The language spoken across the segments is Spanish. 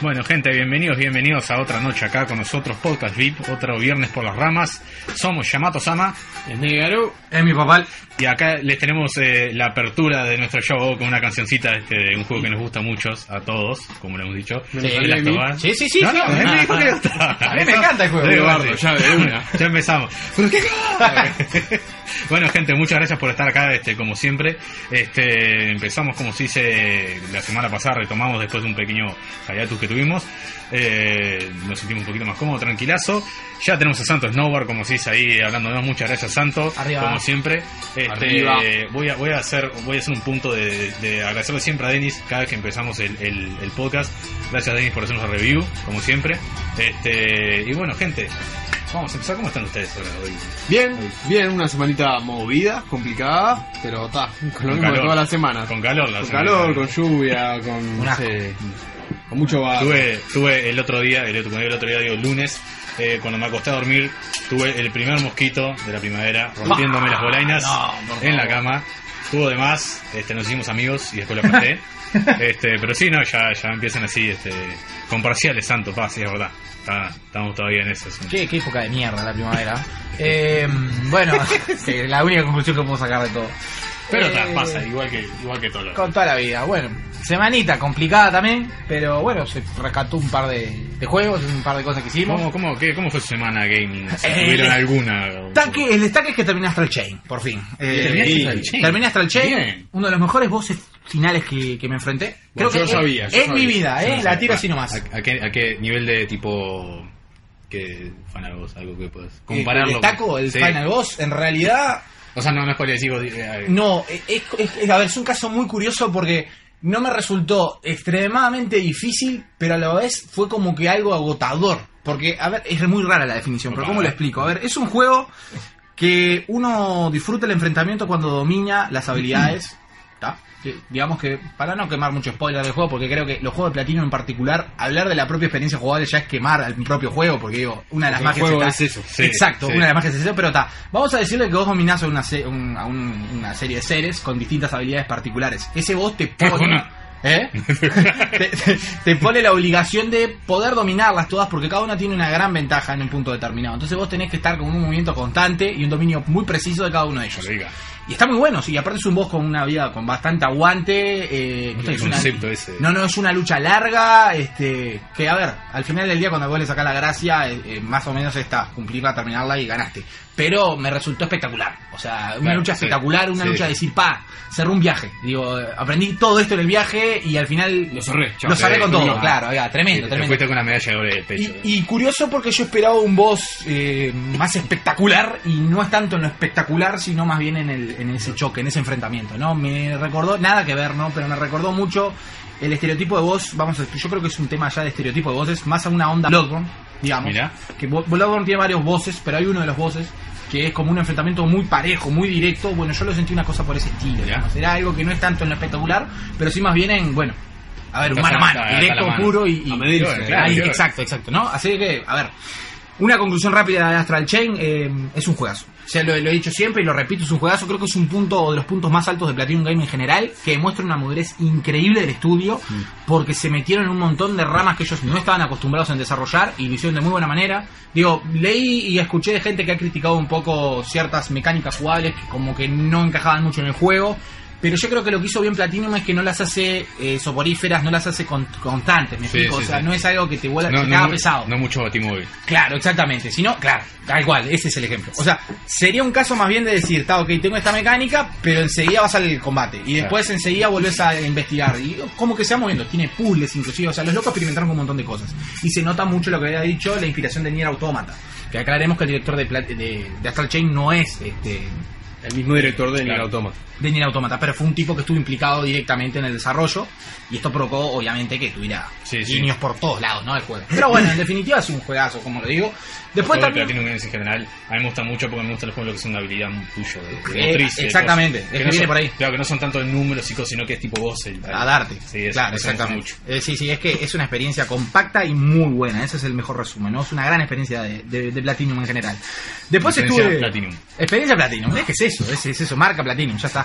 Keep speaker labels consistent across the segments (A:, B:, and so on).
A: Bueno, gente, bienvenidos, bienvenidos a otra noche acá con nosotros, Podcast VIP, otro viernes por las ramas. Somos Yamato Sama
B: El Negaro.
C: Es mi papá.
A: y acá les tenemos eh, la apertura de nuestro show con una cancioncita este, de un juego que nos gusta mucho a todos, como lo hemos dicho.
B: Me
A: The
B: lo sabía
A: Last
B: a mí.
A: of Us.
B: Sí, sí, Ah, sí,
A: No, no,
B: sí.
A: él me dijo que le gustaba.
B: A mí me encanta el juego,
A: Sí,
B: Eduardo,
A: bueno, sí.
B: ya de una.
A: Ya empezamos. Pero qué- bueno, gente, muchas gracias por estar acá, este, como siempre. Este, empezamos como se dice la semana pasada, retomamos después de un pequeño hiatus que tuvimos. Eh, nos sentimos un poquito más cómodos, tranquilazo. Ya tenemos a Santo Snowbar, como se dice ahí, hablándonos. Muchas gracias, Santo.
B: Arriba.
A: Como siempre. Este,
B: Arriba.
A: Voy a, voy a hacer, voy a hacer un punto de, de agradecerle siempre a Denis cada vez que empezamos el, el- el podcast. Gracias Denis por hacernos la review, como siempre. Este, y bueno, gente, vamos a empezar. ¿Cómo están ustedes ahora hoy?
B: Bien, bien, una semanita movida, complicada, pero está, con lo mismo de
A: calor.
B: todas las semanas.
A: Ah, Con calor, la
B: Con
A: semana.
B: calor, con lluvia, con.
C: Un
B: no
C: asco.
B: sé, con mucho va.
A: Tuve, tuve el otro día, el otro, cuando digo el otro día digo lunes, eh, cuando me acosté a dormir, tuve el primer mosquito de la primavera rompiéndome las bolainas
B: no, por
A: en la
B: favor.
A: cama. Tuvo de más, este, nos hicimos amigos y después lo aplasté. este, pero sí, no, ya, ya empiezan así, este, con parciales, santo, pa, sí, es verdad. Está- estamos todavía en eso. sí.
C: Qué, qué época de mierda la primavera. Eh, bueno, sí, la única conclusión que podemos sacar de todo.
A: Pero
C: Eh,
A: ta, pasa, igual que, igual que todo lo
C: Con toda la vida, bueno. Semanita complicada también, pero bueno, se rescató un par de, de juegos, un par de cosas que hicimos.
A: ¿Cómo, cómo, qué- cómo fue su semana gaming? Si
C: Eh,
A: ¿Tuvieron
C: el
A: alguna?
C: Destaque- el destaque es que terminé Astral Chain, por fin.
A: Terminaste
C: sí.
A: Astral Chain.
C: Terminé Astral Chain,
A: Bien.
C: uno de los mejores voces finales que, que me enfrenté.
B: Bueno, yo
C: que
B: lo sabía,
C: es,
B: yo
C: es
B: sabía.
C: mi vida,
A: Yo
C: eh,
A: no
C: la
A: sé,
C: tiro
A: a-
C: así nomás.
A: ¿A, a qué, a qué nivel de tipo que final boss? Algo que puedas
C: el
A: compararlo.
C: destaco, Eh, el
A: Sí.
C: Final Boss, en realidad
A: O sea, no, no es por decir. eh,
C: No, es, es- es- a ver, es un caso muy curioso porque no me resultó extremadamente difícil, pero a la vez fue como que algo agotador. Porque, a ver, es muy rara la definición, pero
A: Opa.
C: ¿cómo lo explico? A ver, es un juego que uno disfruta el enfrentamiento cuando domina las habilidades. ¿tá? Que, Digamos que, para no quemar mucho spoiler del juego, porque creo que los juegos de platino en particular, hablar de la propia experiencia jugable ya es quemar al propio juego, porque digo, una de las
B: El
C: magias
B: juego
C: está-
B: es eso.
A: Sí,
C: Exacto,
A: sí.
C: una de las magias de pero está. Vamos a decirle que vos dominás a una, se- un- a un- una serie de seres con distintas habilidades particulares. Ese vos te pone.
A: Una.
C: ¿Eh? te, te- te pone la obligación de poder dominarlas todas porque cada una tiene una gran ventaja en un punto determinado. Entonces vos tenés que estar con un movimiento constante y un dominio muy preciso de cada uno de ellos.
A: Rica.
C: Y está muy bueno, sí, aparte es un boss con una vida con bastante aguante. eh, que
A: El
C: es una-
A: concepto ese.
C: no, no, es una lucha larga, este, que a ver, al final del día cuando vos le sacás la gracia, eh, eh, más o menos está, cumplirla, terminarla y ganaste. Pero me resultó espectacular, o sea, una
A: Claro,
C: lucha
A: sí,
C: espectacular, una
A: sí.
C: lucha de decir, pa, cerré un viaje. Digo, eh, aprendí todo esto en el viaje y al final
B: Lo cerré, chao.
C: lo cerré
B: Eh,
C: con todo,
B: no.
C: claro, oiga,
A: Eh, Te-
C: tremendo,
A: te
C: tremendo.
A: fuiste con una medalla de oro del pecho. eh.
C: Y, y curioso porque yo esperaba un boss eh, más espectacular y no es tanto en lo espectacular, sino más bien en, el, en ese choque, en ese enfrentamiento, ¿no? Me recordó, nada que ver, ¿no? Pero me recordó mucho el estereotipo de voz, vamos, a- yo creo que es un tema ya de estereotipo de voces, más a una onda Bloodborne, digamos.
A: Mirá.
C: Que Bo- Bloodborne tiene varios voces, pero hay uno de los voces que es como un enfrentamiento muy parejo, muy directo. Bueno, yo lo sentí una cosa por ese estilo,
A: Mirá.
C: digamos. Era algo que no es tanto en lo espectacular, pero sí más bien en, bueno, a ver,
A: Está
C: humano a mano,
A: cerca, está la
C: directo,
A: mano.
C: puro y... y-
B: A medirse,
C: Ahí,
A: claro.
C: exacto, exacto, ¿no? Así que, a ver, Una conclusión rápida de Astral Chain, eh, es un juegazo. O sea, lo, lo he dicho siempre y lo repito, es un juegazo. Creo que es un punto de los puntos más altos de Platinum Game en general, que demuestra una madurez increíble del estudio, porque se metieron en un montón de ramas que ellos no estaban acostumbrados en desarrollar y lo hicieron de muy buena manera. Digo, leí y escuché de gente que ha criticado un poco ciertas mecánicas jugables que como que no encajaban mucho en el juego, pero yo creo que lo que hizo bien Platinum es que no las hace eh, soporíferas, no las hace con- constantes, me
A: Sí,
C: explico.
A: sí,
C: o sea,
A: sí.
C: no es algo que te vuelva
A: No,
C: que te
A: no,
C: haga
A: mu-
C: pesado.
A: no mucho Batimóvil.
C: Claro, exactamente. Si no, claro, tal cual, ese es el ejemplo. O sea, sería un caso más bien de decir, está, ok, tengo esta mecánica, pero enseguida vas al combate. Y después enseguida volvés a investigar. Y como que se va moviendo, tiene puzzles inclusive. O sea, los locos experimentaron con un montón de cosas. Y se nota mucho lo que había dicho, la inspiración de Nier Automata. Que aclaremos que el director de, Plat- de, de Astral Chain no es este,
B: El mismo director de Nier
A: Claro.
B: Automata.
C: de Nier Automata, pero fue un tipo que estuvo implicado directamente en el desarrollo y esto provocó obviamente que tuviera
A: Sí, sí.
C: niños por todos lados, ¿no? El juego. Pero bueno, en definitiva es un juegazo, como lo digo. Después
A: Todo el
C: también...
A: Platinum Games en general. A mí me gusta mucho porque me gusta los juegos que son de habilidad tuyo, de, de
C: Eh,
A: motriz, de
C: exactamente,
A: cosas.
C: es que
A: no
C: viene
A: son-
C: por ahí.
A: Claro, que no son tanto de números y cosas, sino que es tipo voz. el-
C: A darte.
A: Sí, eso,
C: claro,
A: eso me gusta
C: exactamente.
A: mucho.
C: Eh, sí, sí, es que es una experiencia compacta y muy buena. Ese es el mejor resumen, ¿no? Es una gran experiencia de, de- de Platinum en general. Después
A: Experiencia
C: estuve.
A: Platinum.
C: Experiencia Platinum, es que es eso, es, es eso, marca Platinum, ya está.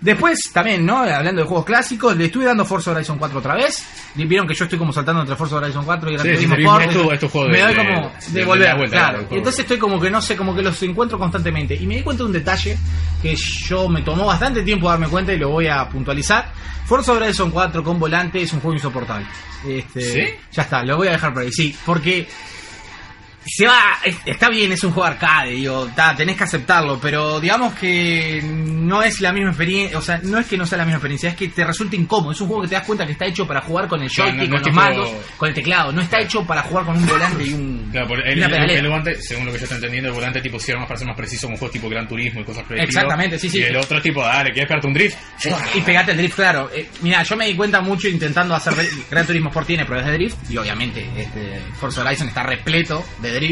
C: Después también, ¿no? Hablando de juegos clásicos, le estuve dando Forza Horizon 4 otra vez. Y Vieron que yo estoy como saltando entre Forza Horizon 4 y Gran
A: Sí, sí,
C: Turismo
A: sí, mismo,
C: Sport.
A: esto- estos juegos
C: Me
A: de-
C: doy
A: de-
C: como
A: de-
C: de
A: de
C: volver,
A: la vuelta,
C: claro.
A: del juego.
C: Entonces estoy como que no sé, como que los encuentro constantemente. Y me di cuenta de un detalle que yo me tomó bastante tiempo darme cuenta y lo voy a puntualizar. Forza Horizon 4 con volante es un juego insoportable. Este,
A: ¿Sí?
C: Ya está, lo voy a dejar por ahí. Sí, porque se va, es- está bien, es un juego arcade, digo, ta, tenés que aceptarlo, pero digamos que no es la misma experiencia, o sea, no es que no sea la misma experiencia, es que te resulta incómodo, es un juego que te das cuenta que está hecho para jugar con el
A: Claro,
C: joystick,
A: no- no
C: con
A: es
C: los
A: tipo-
C: mandos, con el teclado, no está hecho para jugar con un volante y un
A: Claro, por
C: y
A: el,
C: una
A: el-
C: pedalera.
A: el volante, según lo que yo estoy entendiendo, el volante tipo sirve más para ser más preciso con juegos tipo Gran Turismo y cosas por el estilo.
C: Exactamente, sí, sí.
A: Y el otro es tipo, dale, ¿quieres pegarte un drift?
C: Eh, Y pegate el drift, claro. Eh, mira, yo me di cuenta mucho intentando hacer Gran Turismo Sport tiene pruebas de drift y obviamente este Forza Horizon está repleto de drift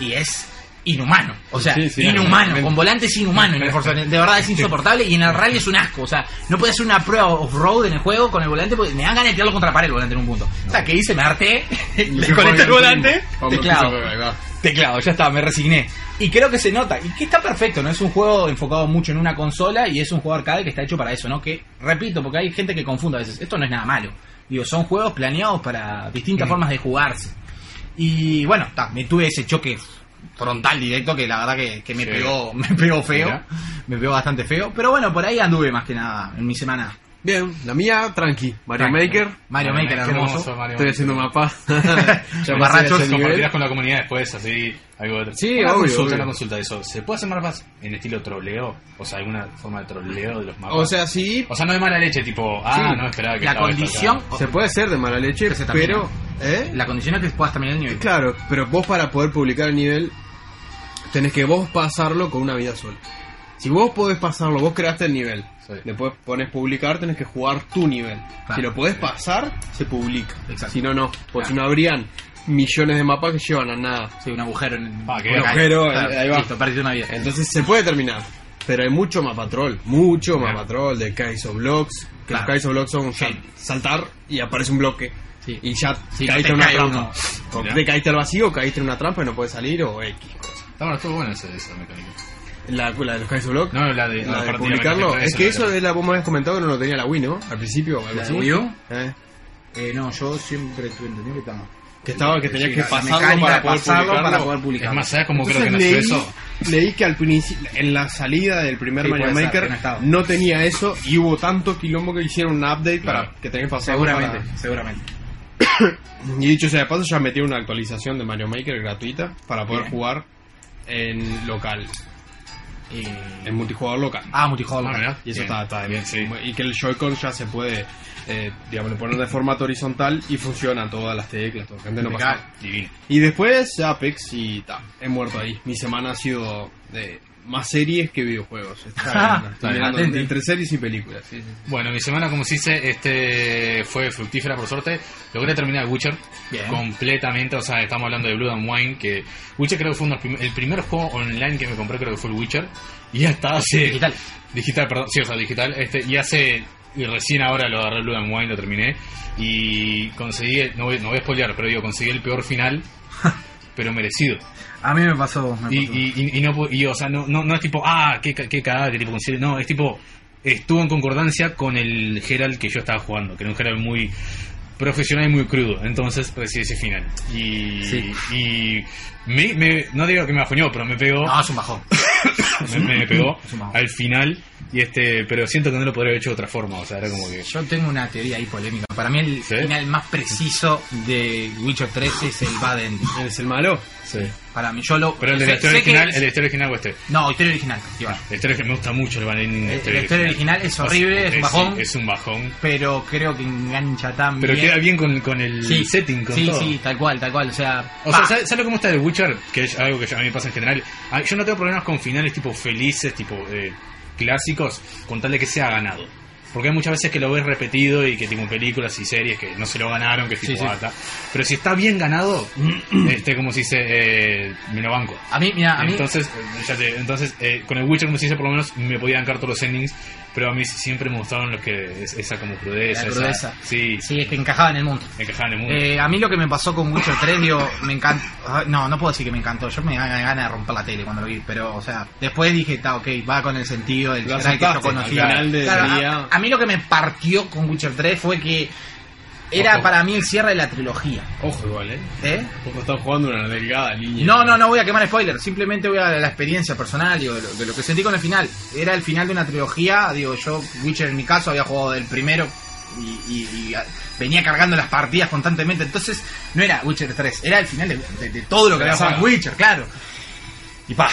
C: y es inhumano, o sea,
B: Sí, sí,
C: inhumano,
B: realmente.
C: con volante es inhumano en el Forza Horizon. de verdad es insoportable y en el rally es un asco, o sea, no puedes hacer una prueba off-road en el juego con el volante porque me dan ganas de tirarlo contra la pared el volante en un punto. O sea, que hice, me harté, desconecté el volante,
B: Hombre,
C: teclado.
B: piso, ahí va.
C: Teclado, ya está, me resigné. Y creo que se nota, y que está perfecto, ¿no? Es un juego enfocado mucho en una consola y es un juego arcade que está hecho para eso, ¿no? Que, repito, porque hay gente que confunde a veces, esto no es nada malo. Digo, son juegos planeados para distintas formas de jugarse. Y bueno, ta, me tuve ese choque frontal directo que la verdad que, que me
A: Sí.
C: pegó, me pegó feo,
A: Mira.
C: me pegó bastante feo, pero bueno, por ahí anduve más que nada en mi semana.
B: Bien, la mía, tranqui. Mario
C: Tranqui.
B: Maker.
A: Mario
C: Mario Maker,
A: Maker,
C: hermoso.
A: hermoso, Mario.
B: Estoy haciendo mapa. Ya
C: Barrachos,
B: pasé ese nivel.
A: Compartirás con la comunidad después, así, algo de
B: Sí,
A: Una
B: obvio,
A: consulta,
B: obvio.
A: una consulta de eso. ¿Se puede hacer mapas en estilo troleo? O sea, alguna forma de troleo de los mapas.
B: O sea, sí,
A: O sea, no de mala leche, tipo, ah,
B: Sí.
A: no esperaba que
C: La
A: estaba esto
C: condición,
A: acá.
B: se puede hacer de mala leche,
C: Pero se termina.
B: pero... ¿Eh?
C: la condición es que puedas terminar el nivel.
B: Claro, pero vos para poder publicar el nivel tenés que vos pasarlo con una vida sola. Si vos podés pasarlo, vos creaste el nivel.
A: Sí.
B: Después pones publicar, tenés que jugar tu nivel.
C: Claro.
B: Si lo podés pasar, se publica.
C: Exacto.
B: Si no, no. Porque
C: Claro.
B: si no habrían millones de mapas que llevan a nada.
C: Sí, un agujero en el...
A: Ah, qué
C: un
A: bien.
B: Agujero, ahí- ahí va.
C: Listo, perdí una vida.
B: Entonces se puede terminar. Pero hay mucho mapatrol, mucho
A: Claro.
B: mapatrol de Kaizo Blocks. Que
C: Claro.
B: los Kaizo Blocks son
C: Sí.
B: sal- saltar y aparece un bloque.
C: Sí.
B: Y ya
C: Sí,
B: caíste
C: te
B: en una
C: cae
B: trampa.
C: uno.
B: O
A: Mirá.
B: te caíste al vacío, o caíste en una trampa y no puedes salir o X.
A: Está bueno, estuvo bueno ese- esa mecánica.
B: La, la de los Kaizo Blog.
A: No, la de-
B: la
A: la
B: de
A: partida
B: publicarlo.
A: que te
B: Es que
A: interesa,
B: eso
A: la-
B: es la vos me habías comentado que no lo tenía la Wii, ¿no? Al principio. o algo
C: ¿La de
B: así.
C: Wii U?
B: Eh,
C: Eh, no, yo siempre tuve entendido que estaba.
B: que estaba, que tenías
C: Sí,
B: que
C: la- la
B: pasarlo
C: mecánica
B: para
C: de
B: poder
C: pasarlo
B: publicarlo.
C: para poder publicarlo.
A: Es más, ¿sabes cómo creo
B: Entonces
A: que nació eso?
B: leí, leí que al principio, en la salida del primer
C: Sí,
B: Mario
C: puede ser,
B: Maker
C: que no estaba.
B: no, tenía eso y hubo tanto quilombo que hicieron un update
A: Claro.
B: para que tenés que pasarlo.
C: Seguramente, seguramente.
B: para- Y dicho sea de paso, ya metieron una actualización de Mario Maker gratuita para poder
C: Bien.
B: jugar en local,
C: Eh,
B: en multijugador local.
C: ah, multijugador.
A: Ah,
C: local.
A: mirá.
B: Y eso
A: Bien,
B: está, está bien.
A: bien, sí.
B: Y que el Joy-Con ya se puede, eh, digamos, lo poner de formato horizontal y funcionan todas las teclas, todo. Gente no
C: Impecable.
B: pasa.
A: Divino.
B: Y después Apex y ta, he muerto ahí. Mi semana ha sido de más series que videojuegos. Está
C: Ah,
B: bien, estoy
C: está bien.
B: mirando
C: Atenti.
B: entre series y películas. sí, sí, sí.
A: Bueno, mi semana, como se dice, este fue fructífera por suerte. Logré terminar Witcher
C: Bien.
A: completamente. O sea, estamos hablando de Blood and Wine. Que Witcher creo que fue uno de los prim- el primer juego online que me compré, creo que fue el Witcher. Y hasta hace.
C: Digital.
A: Digital, perdón. Sí, o sea, digital. Este, y hace. Y recién ahora lo agarré Blood and Wine, lo terminé. Y conseguí. No voy, no voy a spoilear, pero digo, conseguí el peor final pero merecido.
C: A mí me pasó. Me
A: Y,
C: pasó.
A: y, y- y no, pu- y, o sea, no, no, no es tipo, ah, qué, ca- qué cagada que tipo considere- No, es tipo, estuvo en concordancia con el Geralt que yo estaba jugando, que era un Geralt muy profesional y muy crudo. Entonces recibí ese final. Y,
C: Sí.
A: y me, me- no digo que me bajoñó, pero me pegó.
C: No, es un bajón.
A: me, me pegó
C: Es un bajón.
A: al final. Y este, pero siento que no lo podría haber hecho de otra forma. O sea, era como que.
C: Yo tengo una teoría ahí polémica. Para mí el
A: ¿Sí?
C: final más preciso de Witcher 3 es el Bad Ending.
B: Es el malo.
C: Para mí, yo lo...
A: Pero el de
C: sé-
A: la historia
C: sé que-
A: original, el de la historia original o este.
C: No, historia original. tío.
A: La historia que me gusta mucho el Van Halen,
C: El- Eh, la historia original es horrible, es un bajón.
A: Es un bajón.
C: Pero creo que engancha tan
A: Pero
C: bien.
A: queda bien con, con el
C: Sí,
A: setting, con
C: sí,
A: todo.
C: sí, Ah. tal cual, tal cual. O sea,
A: O
C: pa.
A: sea, ¿sabes, sabes cómo está The Witcher? Que es algo que a mí me pasa en general. Ah, Yo no tengo problemas con finales tipo felices, tipo eh, clásicos, con tal de que sea ganado. Porque hay muchas veces que lo ves repetido y que tipo películas y series que no se lo ganaron, que es
C: Sí,
A: tipo
C: sí.
A: "Ah, está". Pero si está bien ganado, este como si dice, eh, me lo banco.
C: a mí, mira, Ah, a mí.
A: Entonces, eh, ya te- entonces eh, con el Witcher, como se dice, por lo menos me podía bancar todos los endings, pero a mí siempre me gustaron los que es- esa como crudeza.
C: La
A: esa-
C: crudeza.
A: sí,
C: sí, es que encajaba en el mundo.
A: encajaban en el mundo.
C: Eh, a mí lo que me pasó con Witcher 3, digo, me encantó. No, no puedo decir que me encantó. Yo me gané ganas de romper la tele cuando lo vi. Pero, o sea, después dije, está ok, va con el sentido del
B: Lo
C: Geralt que yo
B: aceptaste,
C: conocía.
B: al final de
C: Claro, a-
B: día.
C: a, mí lo que me partió con Witcher 3 fue que era
B: Ojo.
C: para mí el cierre de la trilogía.
B: Ojo igual, eh.
C: ¿Eh?
B: Porque están jugando una delgada línea.
C: No, no, no voy a quemar spoilers, simplemente voy a la experiencia personal, digo, de lo, de lo que sentí con el final. Era el final de una trilogía, digo, yo, Witcher en mi caso, había jugado del primero y, y- y, ah, venía cargando las partidas constantemente, entonces no era Witcher 3, era el final de, de- de todo lo que
B: De la
C: había jugado en
B: saga.
C: Witcher, claro. Y pa.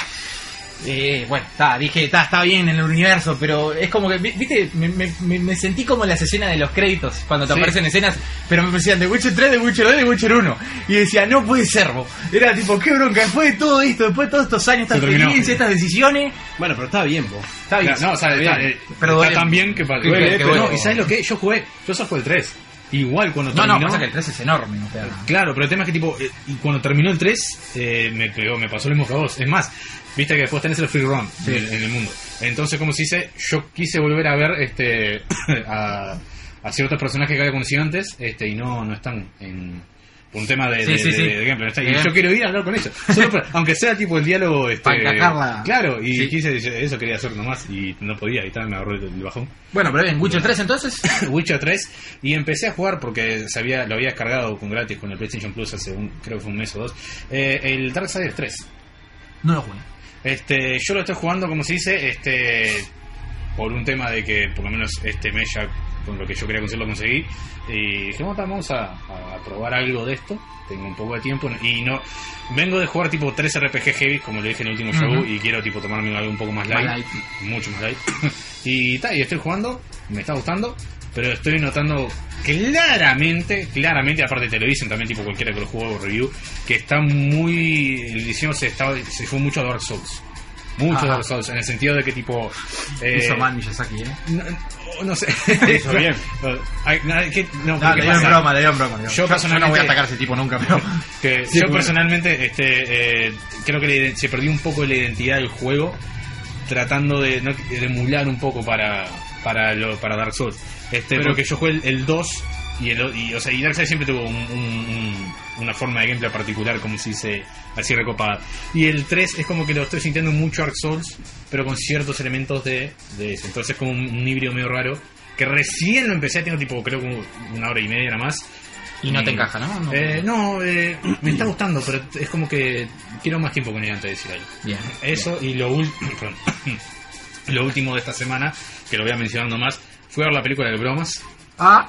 C: Eh, bueno, está, dije, está, está bien en el universo, pero es como que, vi- viste, me, me- me- me sentí como en las escenas de los créditos, cuando te
B: Sí.
C: aparecen escenas, pero me decían de Witcher 3, de Witcher 2, de Witcher 1. Y decía, no puede ser, bo. Era tipo, qué bronca, después de todo esto, después de todos estos años, esta
A: Se terminó.
C: experiencia, estas decisiones.
B: Bueno, pero está bien, vos.
C: Está bien.
A: No, no, o sea, está,
C: bien.
A: eh,
C: Pero
A: está
C: duele.
A: tan bien que para
C: Que- que- que duele.
A: No, y sabes lo que yo jugué, yo solo jugué el 3. Igual cuando
C: No, no,
A: terminó.
C: pasa que el 3 es enorme, o sea.
A: Claro, pero el tema es que tipo, eh, y cuando terminó el 3, eh, me pegó, me pasó lo mismo que a vos. Es más, viste que después tenés el free roam en, en el mundo. Entonces, como se dice, yo quise volver a ver este a, a ciertos personajes que había conocido antes, este, y no, no están en por un tema de,
C: Sí,
A: de-
C: sí,
A: de-
C: sí.
A: de gameplay. no están. Y
C: Bien.
A: yo quiero ir a hablar con ellos. Solo para- aunque sea tipo el diálogo este,
C: Para encajarla.
A: Claro, y
C: Sí.
A: quise eso quería hacer nomás y no podía, y tal, me agarró el el bajón.
C: Bueno, pero bien, Witcher 3 entonces.
A: Witcher 3 y empecé a jugar porque se había, lo había descargado con gratis con el PlayStation Plus hace un, creo que fue un mes o dos. eh, el Darksiders 3.
C: No lo jugué.
A: Este, yo lo estoy jugando como se dice, este por un tema de que por lo menos este mes ya con lo que yo quería conseguir lo conseguí. Y dije, bueno, ta, vamos a, a probar algo de esto. Tengo un poco de tiempo y no vengo de jugar tipo 3 RPG heavy, como le dije en el último show,
C: Ujú.
A: y quiero tipo tomarme algo un poco más
C: Más
A: light
C: light.
A: mucho más light. y tal, y estoy jugando, me está gustando, pero estoy notando claramente, claramente, aparte te lo dicen también, tipo cualquiera que lo juego review, que está muy. El diseño se, está, se fue mucho a Dark Souls. Mucho
C: Ajá.
A: Dark Souls, en el sentido de que tipo. eh,
C: Hizo mal Miyazaki, eh.
A: no, no sé.
B: Hizo bien.
A: Ay, nada, ¿qué? No,
C: No,
A: ¿qué
C: le dio en
A: pasa?
C: broma, le dio en broma. le dio.
A: Yo
C: no voy
A: personalmente-
C: a atacar a ese tipo nunca, pero.
A: Que
B: Sí,
A: yo
B: bueno.
A: personalmente este, eh, creo que la iden- se perdió un poco la identidad del juego tratando de, no- de emular un poco para para lo, para Dark Souls. Este,
B: Pero-
A: porque yo jugué el, el 2 y, el, o- y, o sea, y Dark Souls siempre tuvo un- un- un- una forma de gameplay particular, como si se así recopada. Y el 3 es como que lo estoy sintiendo mucho Dark Souls, pero con ciertos elementos de, de eso. Entonces, como un, un híbrido medio raro. Que recién lo empecé, tengo tipo, creo, como una hora y media nada más.
C: Y no te
A: Mm.
C: encaja, ¿no? No.
A: Eh, no, eh, me está gustando, pero es como que quiero más tiempo con ella antes de decir algo.
C: Bien.
A: Eso y lo, ul- perdón. lo último de esta semana, que lo voy a mencionando más, fui a ver la película de bromas.
C: Ah,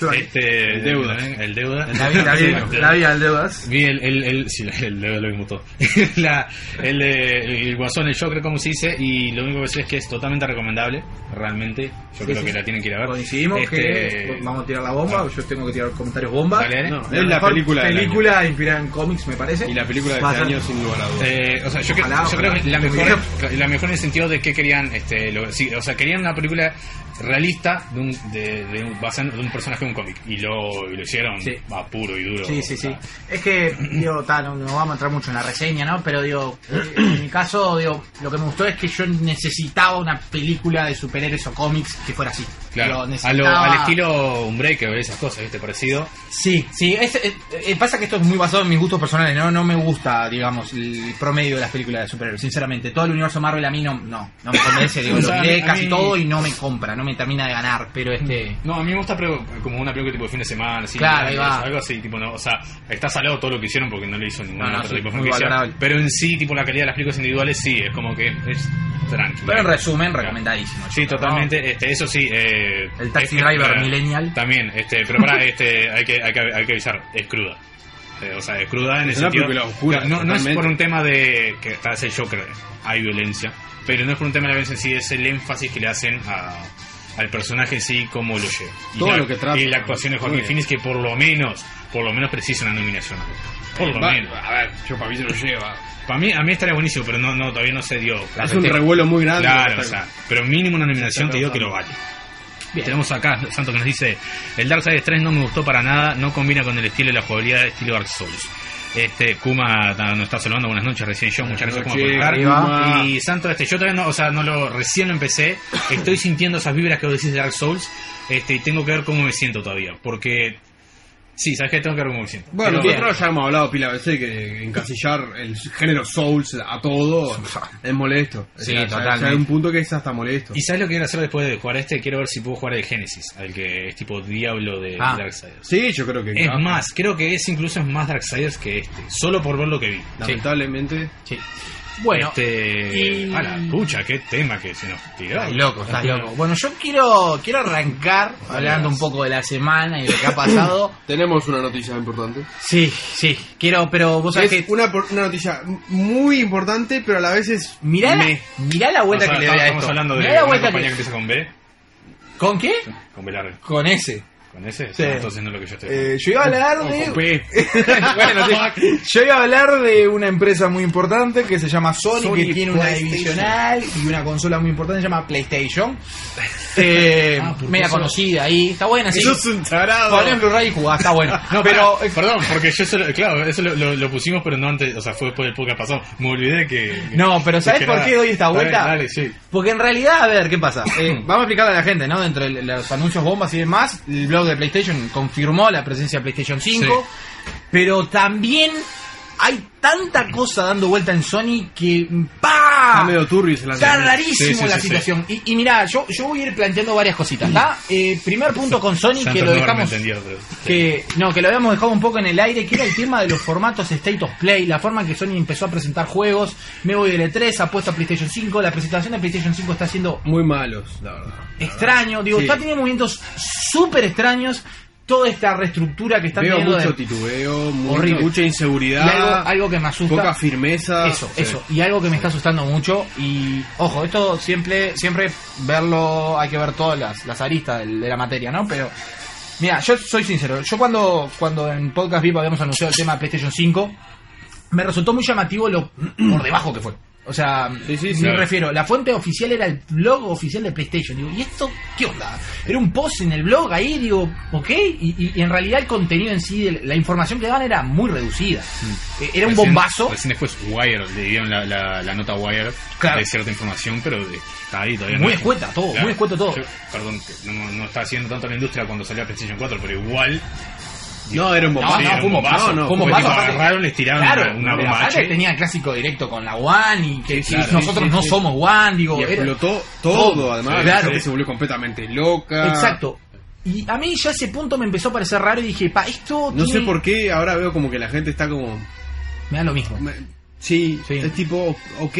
C: yo-
A: Este,
B: El Deuda.
A: El deuda.
C: La vi, la vi, la vi al deudas.
A: Vi el, el, el, sí, el deuda lo mismo todo. La- el, eh, el guasón, el Joker, como se dice, y lo único que sé es que es totalmente recomendable, realmente. Yo creo
C: sí.
A: que la tienen que ir a ver.
C: Coincidimos
A: Este,
C: que vamos a tirar la bomba, yo tengo que tirar comentarios bomba.
A: Dale,
B: No,
C: De
B: es la
C: mejor
B: película del
C: película inspirada en cómics, me parece.
B: Y la película de
C: Va a
B: este
C: ser-
B: año, sin lugar a dudas.
A: Eh, o sea, yo, que-
C: Ojalá,
A: yo
C: ojalá.
A: creo que la
C: Porque
A: mejor, la mejor en el sentido de que querían, este, lo- sí, o sea, querían una película realista de un, de, de un, basado en- de un personaje de un cómic y lo, y lo hicieron
C: Sí.
A: a puro y duro.
C: Sí, sí,
A: o
C: sí.
A: sea.
C: Es que, digo, ta, no, no vamos a entrar mucho en la reseña, ¿no? Pero digo, eh, en mi caso, digo, lo que me gustó es que yo necesitaba una película de superhéroes o cómics que fuera así.
A: Claro,
C: Lo
A: a lo-
C: necesitaba-
A: al estilo Unbreaker y esas cosas, ¿viste? Parecido.
C: Sí, sí. es- eh, eh, pasa que esto es muy basado en mis gustos personales. No, no me gusta, digamos, el promedio de las películas de superhéroes. Sinceramente, todo el universo Marvel a mí no, no, no me convence. digo,
A: O
C: lo
A: sea,
C: miré
A: a mí- Mm.
C: casi todo y no me compra, no me termina de ganar. Pero este.
A: No, a mí me gusta pero, como una película tipo de fin de semana, así,
C: Claro, ahí va.
A: algo así, tipo, no, o sea, está salado todo lo que hicieron porque no le hizo ningún
C: No, no,
A: otro
C: sí,
A: tipo de
C: muy
A: franquicia,
C: valorable.
A: Pero en sí, tipo, la calidad de las películas individuales sí, es como que es tranquilo.
C: Pero en resumen, recomendadísimo.
A: Sí,
C: chicos, ¿no?
A: totalmente. Este, eso sí. eh,
C: El Taxi
A: es-
C: Driver
A: eh,
C: Millennial.
A: También, este, pero pará, este, hay, que, hay, que, hay que avisar, es cruda. Eh, o sea, es cruda en el
B: Es una
A: sentido.
B: película oscura,
A: no, no es
B: totalmente.
A: por un tema de que está el Joker, hay violencia, pero no es por un tema de la violencia en sí, es el énfasis que le hacen a- al personaje en sí, cómo lo lleva. Y
B: Todo
A: la,
B: lo que trata.
A: Y la actuación de Joaquín
B: Muy bien.
A: Phoenix, que por lo menos, por lo menos precisa una nominación. Por lo
B: Eh, Va-
A: menos.
B: a ver, yo para mí se lo lleva.
A: Para mí, a mí estaría buenísimo, pero no, no todavía no se dio.
B: Es un revuelo muy grande.
A: Claro, o
B: Está-
A: sea, pero mínimo una nominación te digo que lo vale. Tenemos acá Santo que nos dice: El Darkseid 3 no me gustó para nada, no combina con el estilo y la jugabilidad de estilo Dark Souls. Este, Kuma ta- nos está saludando, buenas noches, recién yo, muchas gracias
B: Buenas
A: Kuma por
B: noches,
A: estar.
B: Kuma.
A: Y Santo, este, yo todavía no, o sea, no lo, recién lo empecé, estoy sintiendo esas vibras que vos decís de Dark Souls, este, y tengo que ver cómo me siento todavía, porque, sí, sabes que tengo que ver cómo me siento.
B: Bueno,
A: Pero-
B: nosotros ya hemos hablado pila de veces que encasillar el género Souls a todo es molesto.
C: Sí,
B: O sea,
C: totalmente.
B: ya Hay un punto que es hasta molesto.
A: ¿Y sabes lo que quiero hacer después de jugar a este? Quiero ver si puedo jugar el Genesis, al que es tipo Diablo de
C: Ah.
A: Darkseid.
B: Sí, yo creo que
A: Es
B: encaja.
A: más, creo que es incluso es más Darksiders que este, solo por ver lo que vi.
B: lamentablemente.
C: Sí. Bueno.
A: este,
C: y-
A: a la pucha, qué tema que se nos tiró.
C: Estás loco, estás
A: este,
C: loco. Bueno, yo quiero, quiero arrancar hablando un poco de la semana y lo que ha pasado.
B: Tenemos una noticia importante.
C: Sí, sí, quiero, pero vos sabés
B: Es
C: que.
B: una, por- una noticia muy importante, pero a la vez es...
C: Mirá la,
B: me-
C: mirá la
A: O
C: vuelta
A: sea,
C: que le
A: estamos,
C: doy a
A: estamos
C: esto.
A: hablando de
C: Mirá la
A: una
C: vuelta
A: compañía
C: que-
A: que empieza con B,
C: ¿Con qué?
A: con B larga.
C: Con ese.
A: Con ese,
C: Sí.
A: Ah, entonces no es lo que yo estoy
C: Eh, yo iba a hablar
B: o
C: de.
B: con P.
C: Bueno, sí. Yo iba a hablar de una empresa muy importante que se llama Sony,
B: Sony
C: que tiene una
B: PlayStation.
C: divisional y una consola muy importante que se llama PlayStation. Eh,
A: Ah, porque
C: media
A: eso-
C: conocida ahí. Está buena, sí.
B: Sos un tarado.
C: Ponés Blu-ray y jugás, está bueno. No, pero.
A: pero, perdón, porque yo eso, lo- claro, eso lo, lo- lo pusimos, pero no antes, o sea, fue después del podcast pasado. Me olvidé que.
C: No, pero ¿sabés
A: que
C: por
A: nada.
C: qué doy esta
A: Está
C: vuelta?
A: bien, dale, sí.
C: Porque en realidad, a ver, ¿qué pasa? Eh, vamos a explicarle a la gente, ¿no? Dentro de los anuncios bombas y demás, el blog de PlayStation confirmó la presencia de PlayStation 5, pero también hay tanta cosa dando vuelta en Sony que...
B: Está
C: ¡pa!
B: medio turbio ese
C: Está
B: lanzamiento.
C: rarísimo
A: Sí, sí,
C: la
A: sí, sí.
C: situación. Y, y mirá, yo, yo voy a ir planteando varias cositas, ¿está? Eh, primer punto con Sony,
A: Ya
C: que
A: antes
C: lo
A: no haberme
C: dejamos
A: entendido, pero-
C: que no que lo habíamos dejado un poco en el aire que era el tema de los formatos state of play la forma en que Sony empezó a presentar juegos me voy del E3 apuesta a PlayStation 5 la presentación de PlayStation 5 está siendo
B: Muy malos, la verdad.
C: extraño digo
B: Sí.
C: está teniendo movimientos súper extraños toda esta reestructura que está
B: Veo
C: teniendo
B: mucho
C: de-
B: titubeo, mu-
C: Horrible.
B: mucha
C: y
B: inseguridad,
C: algo, algo que me asusta
B: poca firmeza.
C: eso,
B: Sí.
C: eso. Y algo que me está asustando mucho. Y ojo, esto siempre, siempre verlo, hay que ver todas las, las aristas del- de la materia, ¿no? Pero, mira, yo soy sincero. Yo cuando, cuando en Podcast VIP habíamos anunciado el tema de PlayStation 5, me resultó muy llamativo lo por debajo que fue. O sea,
B: Sí, sí,
C: me
B: sí.
C: refiero, la fuente oficial era el blog oficial de PlayStation. Digo, ¿y esto qué onda? Era un post en el blog ahí, digo, ok. Y, y- y en realidad el contenido en sí, el- la información que daban era muy reducida.
B: Mm.
C: Eh, Era un
A: Recién-
C: bombazo.
A: Recién después Wire, le dieron la, la, la nota Wire
C: Claro.
A: de cierta información, pero de- está ahí todavía.
C: Muy
A: no-
C: escueta todo, muy escueto todo.
A: Yo- perdón, que no, no está haciendo tanto la industria cuando salía PlayStation 4, pero igual.
B: eh, No, era un bombazo.
C: Ah, No, no,
A: era
C: fue un bombazo,
A: No, no,
C: fue
A: fue
C: un bombazo,
A: tipo,
C: aparte-
A: agarraron, les tiraron una, una
C: pero
A: bomba
C: aparte
A: H.
C: tenía el clásico directo con la One y que
B: Sí,
C: y
B: claro,
C: nosotros
B: sí, sí,
C: no
B: sí.
C: somos One, digo,
B: Y
C: era-
B: explotó todo,
C: todo,
B: además.
C: claro.
B: La gente se volvió completamente loca.
C: exacto. Y a mí ya ese punto me empezó a parecer raro y dije, pa, esto
B: No sé
C: tiene-
B: por qué, ahora veo como que la gente está como...
C: me da lo mismo.
B: me- Sí,
C: Sí.
B: es tipo, ok.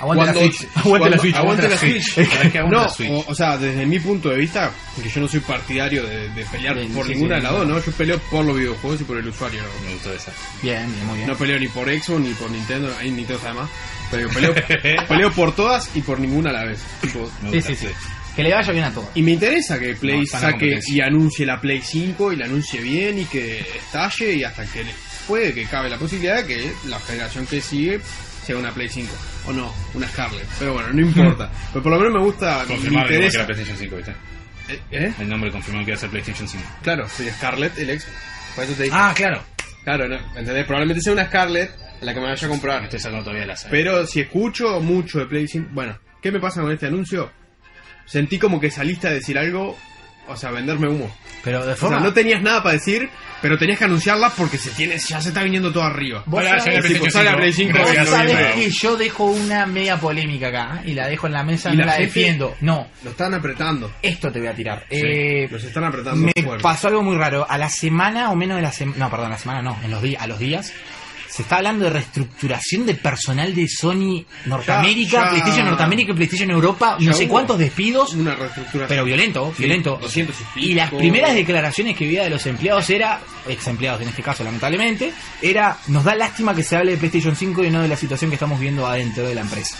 C: Aguante la
B: cuando-
C: Switch, aguante
B: cuando-
C: la Switch.
B: Aguante la
A: Switch.
B: Switch.
A: Cada vez que aguante
B: No,
A: la Switch.
B: o, o sea, desde mi punto de vista, que yo no soy partidario de, de pelear
C: Sí,
B: por
C: sí,
B: ninguna
C: sí,
B: de las dos, ¿no? Yo peleo por los videojuegos y por el usuario. ¿no?
A: Me gustó esa.
C: Bien, bien, muy bien.
B: No peleo ni por Xbox ni por Nintendo, hay Nintendo además. Pero peleo, peleo por todas y por ninguna a la vez. Tipo,
A: Me
C: sí,
A: gusta,
C: sí, sí. Que le vaya bien a todos.
B: y me interesa que Play
A: No, sana
B: saque
A: competencia.
B: y anuncie la Play 5 y la anuncie bien y que estalle y hasta que le- puede que cabe la posibilidad de que la generación que sigue sea una Play 5 o no, una Scarlett. Pero bueno, no importa. Pero por lo menos me gusta, me
A: Confirmado igual que
B: interesa.
A: era PlayStation 5, ¿viste?
B: Eh, ¿eh?
A: El nombre confirmado que iba a ser PlayStation 5.
B: Claro, soy Scarlett el Xbox. Por eso te dije.
A: Ah, claro.
B: Claro, no, ¿entendés? Probablemente sea una Scarlett la que me vaya a comprar.
A: Estoy sacando todavía la saga.
B: Pero si escucho mucho de PlayStation, bueno, ¿qué me pasa con este anuncio? sentí como que saliste a decir algo, o sea, venderme humo.
C: Pero de
B: O
C: forma.
B: sea, no tenías nada para decir, pero tenías que anunciarla porque se tiene, ya se está viniendo todo arriba.
C: Vos
A: Ahora,
C: sabés-
A: sale
B: tipo, sale la Play cinco,
A: Gracias,
C: Vos
B: Pero
A: Luis,
C: sabés
A: bravo.
C: que yo dejo una media polémica acá y la dejo en la mesa,
B: Y
C: no
B: la
C: la
B: gente-
C: defiendo. No,
B: Lo están apretando.
C: esto te voy a tirar.
B: Sí,
C: Eh,
B: los están apretando
C: me
B: fuerte.
C: pasó algo muy raro. A la semana o menos de la semana. No, perdón, a la semana no, en los días, a los días. Se está hablando de reestructuración de personal de Sony Norteamérica,
B: Ya, ya.
C: PlayStation Norteamérica y PlayStation Europa.
B: Ya
C: no sé
B: hubo.
C: cuántos despidos,
B: Una Eh, reestructuración.
C: pero violento,
B: Sí,
C: violento.
B: 200 y
C: Y las
B: pico.
C: primeras declaraciones que vi de los empleados era, ex empleados en este caso lamentablemente, era, nos da lástima que se hable de PlayStation 5 y no de la situación que estamos viendo adentro de la empresa.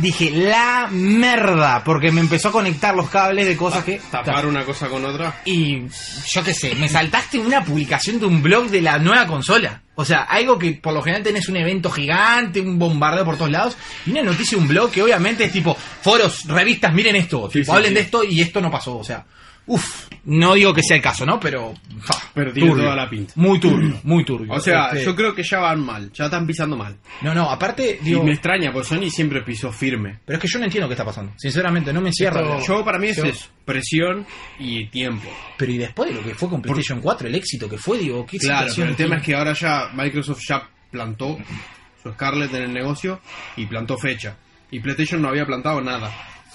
C: Dije, la merda, porque me empezó a conectar los cables de
B: Ah,
C: cosas que...
B: Tapar una cosa con otra.
C: Y yo qué sé, me saltaste una publicación de un blog de la nueva consola. O sea, algo que por lo general tenés un evento gigante, un bombardeo por todos lados, y una noticia de un blog que obviamente es tipo, foros, revistas, miren esto,
B: Sí,
C: tipo,
B: sí,
C: hablen
B: sí.
C: de esto y esto no pasó. O sea, uff, no digo que sea el caso, ¿no? Pero... fa,
B: Pero tiene toda la pinta.
C: Muy turbio, muy turbio.
B: O sea,
C: Este,
B: yo creo que ya van mal, ya están pisando mal.
C: No, no, aparte, digo...
B: y me extraña, porque Sony siempre pisó firme.
C: Pero es que yo no entiendo qué está pasando. Sinceramente, no me encierro.
B: Esto- yo para mí es
C: Yo-
B: eso, presión y tiempo.
C: Pero y después de lo que fue con PlayStation 4, el éxito que fue, digo, qué
B: Claro,
C: situación
B: pero el tema
C: tiene?
B: es que ahora ya Microsoft ya plantó su Scarlett en el negocio y plantó fecha. Y PlayStation no había plantado nada.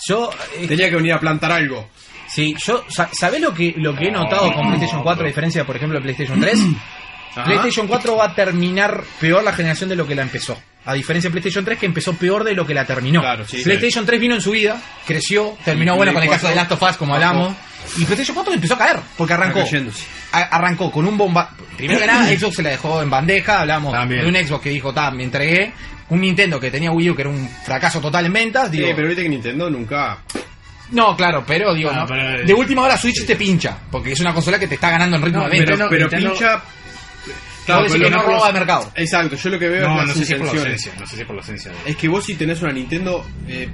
C: Yo... eh,
B: Tenía que venir a plantar algo.
C: Sí, yo, sa- ¿sabés lo que, lo que he notado con PlayStation 4 a diferencia, por ejemplo, de PlayStation 3?
B: Ajá.
C: PlayStation 4 va a terminar peor la generación de lo que la empezó. A diferencia de PlayStation 3 que empezó peor de lo que la terminó.
B: Claro, sí.
C: PlayStation 3 vino en su vida, creció, terminó
B: Y
C: bueno
B: Play
C: con el caso
B: 4,
C: de Last of Us como
B: bajó.
C: hablamos. Y PlayStation 4 empezó a caer, porque arrancó.
B: Está cayéndose.
C: a- arrancó con un bomba. Primero que nada, Xbox se la dejó en bandeja, hablamos
A: También.
C: de un Xbox que dijo, ta, me entregué. Un Nintendo que tenía Wii U que era un fracaso total en ventas.
B: Sí,
C: Digo,
B: pero viste que Nintendo nunca.
C: no, claro, pero digo,
A: Ah,
C: no.
A: pero-
B: eh,
C: de última hora Switch te pincha, porque es una consola que te está ganando en ritmo de
B: pero
C: venta.
B: pero
A: Nintendo-
B: pincha.
C: Claro,
B: pero
C: decir
B: lo
C: que no
B: vemos-
C: roba de mercado.
B: Exacto, yo lo que
A: No,
B: veo es
A: no
B: las
A: sé si es por la
B: intenciones.
A: ausencia, no sé si es por la ausencia. de-
B: Es que vos si tenés una Nintendo eh,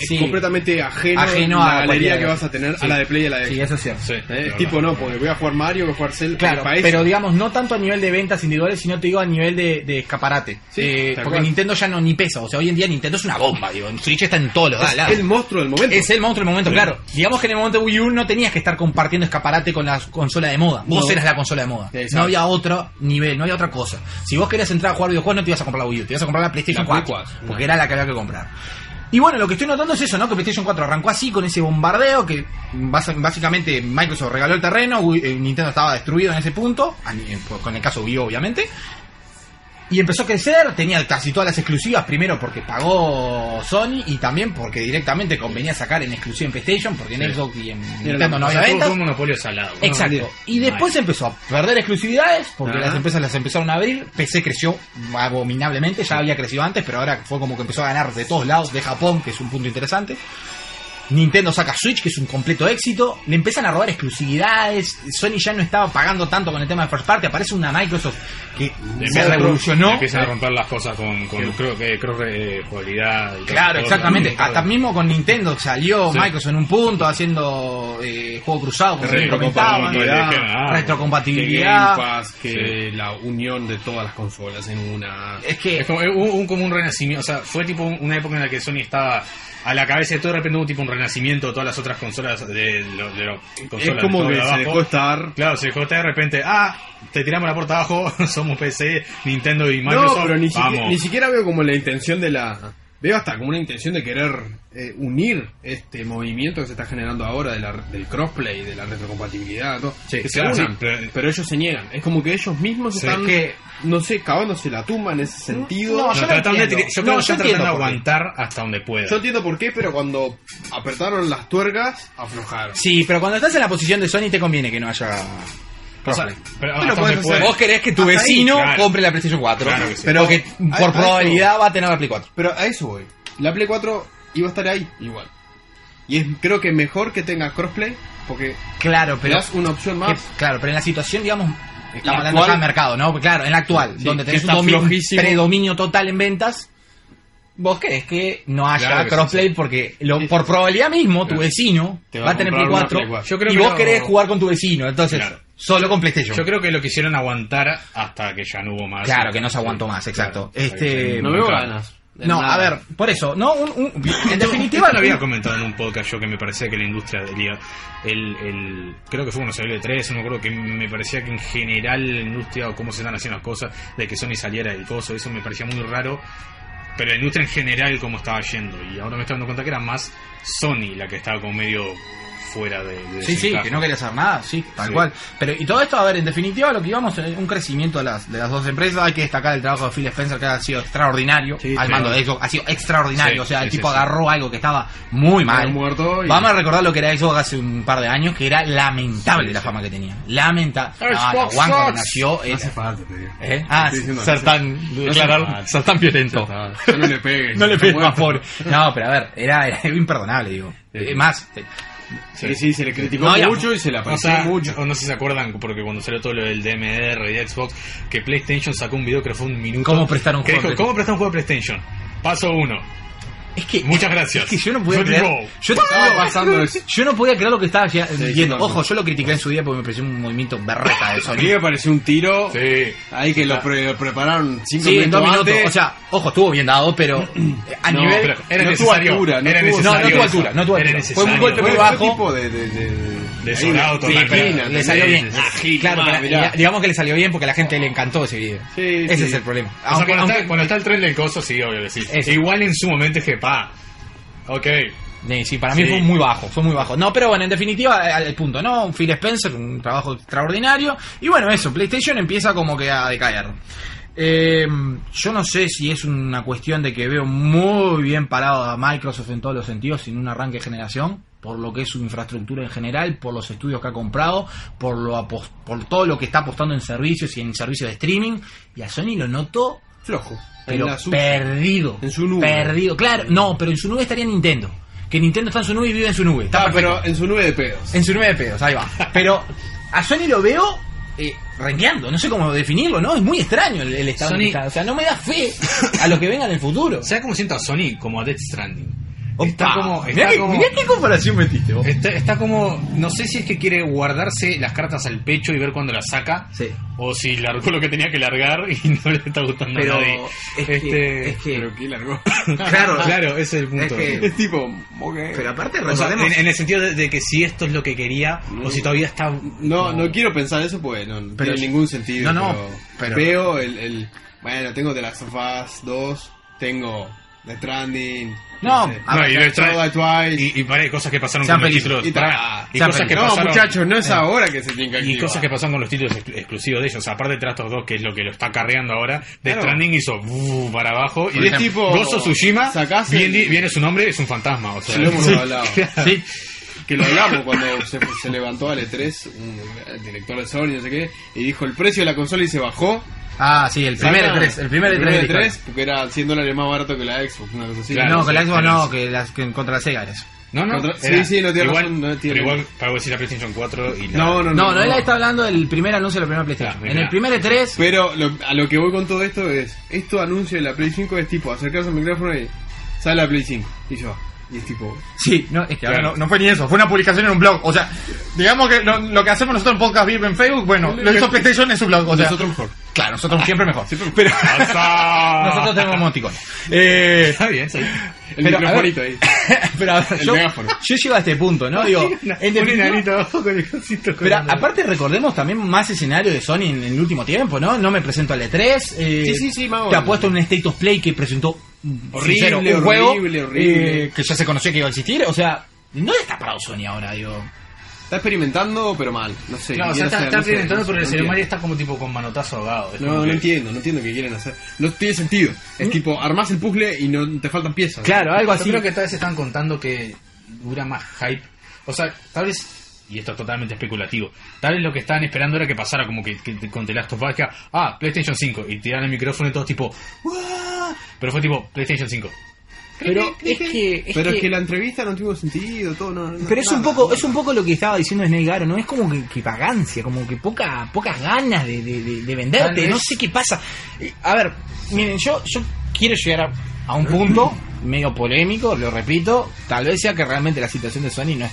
B: es
C: Sí.
B: completamente ajeno, a
C: Ajeno a
B: la galería
C: cualquiera.
B: que vas a tener,
C: Sí.
B: a la de Play y a la de
C: Sí, eso es cierto.
A: Sí,
B: Eh,
A: la verdad.
B: tipo, no, porque voy a jugar Mario, voy a jugar Zelda.
C: Claro,
B: para eso-
C: pero digamos, no tanto a nivel de ventas individuales, sino te digo a nivel de, de escaparate.
B: Sí,
C: Eh,
B: tal
C: porque
B: cual.
C: Nintendo ya no ni pesa, o sea, hoy en día Nintendo es una bomba, digo, Switch está en todos los
B: es
C: lados.
B: el monstruo del momento.
C: Es el monstruo del momento, claro. Digamos que en el momento de Wii U no tenías que estar compartiendo escaparate con la consola de moda. Vos
B: No.
C: eras la consola de moda.
B: Exacto.
C: No había otro nivel, no había otra cosa. Si vos querías entrar a jugar videojuegos, no te ibas a comprar la Wii U, te ibas a comprar la PlayStation
B: La Play
C: 4,
B: cuatro.
C: Porque era la que había que comprar. Y bueno, lo que estoy notando es eso, ¿no? Que PlayStation 4 arrancó así, con ese bombardeo, que basa- básicamente Microsoft regaló el terreno, Wii- eh, Nintendo estaba destruido en ese punto, a ni- eh, con el caso Wii U, obviamente. Y empezó a crecer, tenía casi todas las exclusivas, primero porque pagó Sony y también porque directamente convenía sacar en exclusiva en PlayStation, porque en
A: Sí.
C: Xbox y en
B: Era la-
C: Nintendo no
A: O
C: había
A: sea, tuvo-
C: ventas.
A: tuvo un monopolio salado.
C: Exacto. Y después empezó a perder exclusividades, porque
B: Ajá.
C: las empresas las empezaron a abrir. PC creció abominablemente, ya había crecido antes, pero ahora fue como que empezó a ganar de todos lados, de Japón, que es un punto interesante. Nintendo saca Switch, que es un completo éxito. Le empiezan a robar exclusividades. Sony ya no estaba pagando tanto con el tema de first party. Aparece una Microsoft que se
A: Empiezan a-
C: revolucionó.
A: Empiezan a romper las cosas con, con creo que creo que eh, jugabilidad y todo.
C: Claro,
A: Todo,
C: exactamente.
A: todo.
C: Hasta mismo con Nintendo salió
A: Sí.
C: Microsoft en un punto haciendo eh, juego cruzado, como
A: Retrocompatibilidad.
C: comentaban.
A: Ah,
B: Que
C: retrocompatibilidad.
B: Game Pass, que la unión de todas las consolas en una.
C: Es que
A: Es como, eh, hubo un, como un renacimiento, o sea, fue tipo un- una época en la que Sony estaba a la cabeza de todo, de repente hubo tipo un renacimiento de todas las otras consolas de, lo- de lo- consolas
B: es
A: de
B: como
A: todo de
B: que se
A: abajo.
C: este-
B: dejó estar.
A: Claro, se dejó estar de repente, ah, te tiramos la puerta abajo, somos PC, Nintendo y
B: No,
A: Microsoft,
B: pero ni siquiera,
A: vamos.
B: ni siquiera veo como la intención de la. Veo hasta como una intención de querer eh, unir este movimiento que se está generando ahora de la- del crossplay, de la retrocompatibilidad, todo.
A: Sí,
B: que se
A: claro,
B: unan,
A: sí,
B: pero,
A: pero- eh,
B: ellos se niegan. Es como que ellos mismos
A: Sí,
B: están,
C: es que-
B: no sé, cavándose la tumba en ese sentido.
C: No, yo
A: No,
C: lo
A: tratan de
C: entiendo.
A: tiri- yo
C: No,
A: creo
C: yo
A: que están tratando
C: entiendo
A: de
C: por qué.
A: aguantar hasta donde pueda.
B: Yo entiendo por qué, pero cuando apretaron las tuercas, aflojaron.
C: Sí, pero cuando estás en la posición de Sony te conviene que no haya.
A: O sea,
C: crossplay.
A: pero
B: Pero
A: hasta
B: puedes
A: donde
B: hacer-
A: pueda.
C: Vos querés que tu
B: Hasta ahí,
C: vecino
A: claro.
C: compre la PlayStation 4.
A: Claro que sí.
C: Pero que
B: A- a
C: por
B: eso-
C: probabilidad va a tener la Play 4.
B: Pero a eso voy. La Play 4 iba a estar ahí igual. Y es, creo que mejor que tenga crossplay porque
C: Claro,
B: le das una opción
C: que-
B: más.
C: claro, pero en la situación, digamos,
B: La
C: estamos hablando
B: actual-
C: ya de mercado, ¿no? Claro, en la actual,
B: Sí,
C: donde
B: que
C: tenés un
B: está
C: dominio-
B: flojísimo.
C: predominio total en ventas, vos querés que no haya
A: Claro que sí,
C: crossplay porque lo-
B: Sí.
C: por probabilidad mismo tu
B: Claro.
C: vecino
B: Te
C: va,
B: va
C: a
B: a
C: tener
B: comprar
C: Play
B: una
C: 4,
B: Play 4.
A: Yo creo
C: y
A: que
C: vos
A: lo-
C: querés jugar con tu vecino, entonces
A: Claro.
C: solo con PlayStation.
A: Yo creo que lo quisieron aguantar hasta que ya no hubo más.
C: Claro, que no se aguantó más, exacto.
A: Claro,
C: Este,
A: que
B: No veo
A: nunca-
B: ganas. de
C: No,
B: nada.
C: a ver, por eso, no, un- un- en definitiva,
A: Esto lo había
C: un-
A: comentado en un podcast yo que me parecía que la industria diría el, el creo que fue cuando salió el 3 no me acuerdo que me parecía que en general la industria o cómo se están haciendo las cosas de que Sony saliera del coso eso me parecía muy raro pero la industria en general cómo estaba yendo y ahora me estoy dando cuenta que era más Sony la que estaba como medio fuera de, de
C: Sí, sí,
A: desencaje.
C: que no quería hacer nada, sí, tal
A: Sí.
C: cual. Pero, y todo esto, a ver, en definitiva, lo que íbamos es un crecimiento de las, de las dos empresas. Hay que destacar el trabajo de Phil Spencer, que ha sido extraordinario.
B: Sí,
C: al
B: sí.
C: mando de Xbox, ha sido extraordinario.
A: Sí,
C: o sea, el
A: sí,
C: tipo
A: sí, sí.
C: agarró algo que estaba muy mal.
B: Había muerto y-
C: Vamos a recordar lo que era Xbox hace un par de años, que era lamentable la fama que tenía. Lamentable. Ah, la
A: Xbox
C: One cuando
A: sucks.
C: nació era-
B: falta, te digo.
C: ¿Eh? Ah,
B: Estoy diciendo,
C: ser
B: no
C: tan, declarar- ser tan violento.
B: Ah, Ya No le pegues.
C: No le
B: está
C: pegues más
B: muerto.
C: pobre. No, pero a ver, era, era imperdonable, digo.
A: Sí.
C: Eh, Más, eh,
B: Sí, sí, se le criticó
C: No, ya-
B: mucho y se le
A: O
B: apreció
A: sea,
B: mucho.
A: o pues no sé si se acuerdan, porque cuando salió todo lo del DMR y de Xbox, que PlayStation sacó un video que fue un minuto.
C: ¿Cómo prestar un
A: que
C: juego
A: dijo,
C: a
A: ¿Cómo prestar un juego a PlayStation? Paso uno.
C: es que
A: Muchas gracias.
C: Es que yo no podía
A: Yo
C: creer.
A: digo,
C: yo,
B: Estaba pasando eso.
C: yo no podía creer lo que estaba ya- diciendo.
B: no, no.
C: Ojo, yo lo critiqué en su día porque me pareció un movimiento berreta de
B: A mí
C: Sony.
B: me pareció un tiro.
A: Sí.
B: Ahí que lo, pre- lo prepararon cinco
C: Sí, en
B: minutos
C: dos minutos.
B: antes.
C: O sea, ojo, estuvo bien dado, pero eh, a
B: No,
C: nivel.
A: Pero era
B: No tuvo
A: necesario.
B: altura, no
A: era
B: tuvo-
A: necesario.
C: no, no tuvo
A: eso.
C: altura, no tuvo
A: Era
C: altura. Fue
A: necesario.
C: un golpe
B: Fue
C: muy
B: otro
C: bajo.
B: tipo de... de, de, de-
A: De
B: ahí,
A: soldado
B: de-
A: total,
B: de-
A: claro.
C: Le
B: de-
C: salió
B: de-
C: bien.
B: de-
C: Claro,
B: Ah,
C: pero
B: mirá.
C: diga- digamos que le salió bien porque a la gente le encantó ese video.
B: Sí,
C: Ese
B: sí.
C: es el problema.
A: O sea,
C: Aunque-
A: cuando,
C: aunque-
A: está, cuando está el tren del coso, sí, obvio que sí.
C: Eso.
A: Igual en su momento es que, pa, ok,
C: Sí, sí, para mí
A: Sí.
C: fue muy bajo, fue muy bajo. No, pero bueno, en definitiva, eh, al punto, ¿no? Phil Spencer, un trabajo extraordinario. Y bueno, eso, PlayStation empieza como que a decaer. Eh, yo no sé si es una cuestión de que veo muy bien parado a Microsoft en todos los sentidos, sin un arranque de generación, por lo que es su infraestructura en general, por los estudios que ha comprado, por, lo apos- por todo lo que está apostando en servicios y en servicios de streaming. Y a Sony lo noto
B: Flojo.
C: pero
B: En la suya.
C: perdido.
B: En su nube.
C: Perdido, claro. No, pero en su nube estaría Nintendo. Que Nintendo está en su nube y vive en su nube. Está
B: Ah,
C: perfecto.
B: pero en su nube de pedos.
C: En su nube de pedos, ahí va. Pero a Sony lo veo eh, rengueando. No sé cómo definirlo, ¿no? Es muy extraño el, el estado en
A: Sony-
C: que está. O sea, no me da fe a lo que venga en el futuro.
A: ¿sabes cómo siento a Sony? Como a Death Stranding.
C: Opa,
A: Está como.
C: mirá
A: Está
C: que-
A: como
C: mirá qué comparación metiste vos.
A: está, está como. No sé si es que quiere guardarse las cartas al pecho y ver cuándo las saca.
C: Sí.
A: O si largó lo que tenía que largar y no le está gustando
D: Pero
A: a nadie.
D: es que-
A: Este,
D: es que-
B: Pero que largó.
D: Claro,
A: claro, ese es el
D: es
A: punto.
D: que-
B: Es tipo... ok.
D: pero aparte
A: O sea,
D: recordemos
A: en, en el sentido de, de que si esto es lo que quería, o si todavía está.
B: No, no quiero pensar eso pues no, no
C: Pero-
B: tiene ningún sentido.
C: no, no,
B: pero
C: pero-
B: veo el, el- Bueno, tengo The Last of Us 2, tengo The Stranding.
C: No, a
A: No, Ah, y,
B: Shadow
A: de Stranding-
B: Twice.
A: y, y pará, y cosas que pasaron
C: Sean
A: con los
C: felices.
A: títulos.
B: Y ta-
A: pará, y
C: sean
A: cosas que
C: felices.
B: no,
A: pasaron.
B: muchachos, no es ahora que se tiene que
A: Y
B: activar.
A: cosas que pasaron con los títulos ex- exclusivos de ellos. Aparte de Trastos 2, que es lo que lo está carreando ahora, de
B: Claro.
A: Stranding hizo uh, para abajo. Y
B: Y es tipo-
A: Gozo Tsushima,
B: sacás
A: bien
B: el-
A: di- viene su nombre, es un fantasma. O sea,
B: Sí, lo hemos
A: sí.
B: hablado.
C: Sí.
B: Que lo hablamos cuando se, se levantó al E3, un el director de Sony, no sé qué, y dijo el precio de la consola y se bajó.
C: Ah, sí, el primer
B: Saca-
C: de tres. El
B: E
C: primer de tres. de la historia.
B: porque era 100 dólares más barato que la Xbox, una cosa así.
A: Claro,
C: no, con la
A: sí,
C: Xbox
A: sí.
C: no, que, las, que contra las Sega eres.
A: No, no.
B: Contra- sí,
A: era-
B: sí, no tiene
A: igual,
B: razón, no tiene-
A: pero igual, para decir la PlayStation 4 y la-
B: No, no, no.
C: No, E no, él
B: no.
C: está hablando del primer anuncio de la primera PlayStation.
A: Claro,
C: en el
A: claro.
C: primer de tres
B: Pero lo- a lo que voy con todo esto es, esto anuncio de la Play 5 es tipo, acercarse al micrófono y sale la Play 5. Y yo, y es tipo,
C: Sí, no, es que ahora
A: Claro.
C: no, no fue ni eso, fue una publicación en un blog. O sea, digamos que lo, lo que hacemos nosotros en Podcast VIP en Facebook, bueno, lo hizo PlayStation en su blog. O sea,
B: nosotros mejor.
C: claro, nosotros siempre mejor. Pero
A: Hasta-
C: nosotros tenemos emoticones. Eh,
A: Está bien, sí.
B: El
C: Pero,
B: microfonito
C: a
B: ahí.
C: Pero a ver,
B: El
C: yo,
B: megáfono.
C: yo llego a este punto, ¿no? Digo, en
A: Un
C: definitiva-
A: enanito abajo con el cosito. con
C: pero
A: el-
C: aparte recordemos también más escenario de Sony en, en el último tiempo, ¿no? No me presento al E3. eh,
B: Sí, sí, sí, Mago.
C: Te ha puesto un State of Play que presentó mm,
B: Horrible,
C: sincero, un
B: horrible,
C: juego
B: horrible.
C: eh, que ya se conoció que iba a existir. O sea, no le está parado Sony ahora, digo.
B: Está experimentando, pero mal. No sé.
A: No, o sea,
B: quieren
A: está,
B: hacer,
A: está
B: no sé,
A: experimentando,
B: no sé,
A: pero el
B: no
A: señor
B: entiendo.
A: Mario está como tipo con manotazo ahogado. Es como
B: No, no
A: que-
B: entiendo, no entiendo qué quieren hacer. No tiene sentido.
A: ¿Mm?
B: Es tipo, armás el puzzle y no te faltan piezas.
C: Claro, algo así.
A: Yo creo que tal vez están contando que dura más hype. O sea, tal vez, y esto es totalmente especulativo, tal vez lo que estaban esperando era que pasara como que, que con The Last of Us, que, ah, PlayStation 5, y tiran el micrófono y todo tipo, "Uah", pero fue tipo, PlayStation 5.
C: Pero es que, es
B: pero es
C: que-
B: que... la entrevista no tuvo sentido, todo no. no-
C: pero es un
B: nada,
C: poco,
B: nada.
C: es un poco lo que estaba diciendo Snake Garo, ¿no? Es como que, que vagancia, como que poca, pocas ganas de, de- de- de
A: Tal
C: venderte,
A: vez.
C: no sé qué pasa. Eh, A ver, miren, yo, yo quiero llegar a, a un punto medio polémico, lo repito, tal vez sea que realmente la situación de Sony no es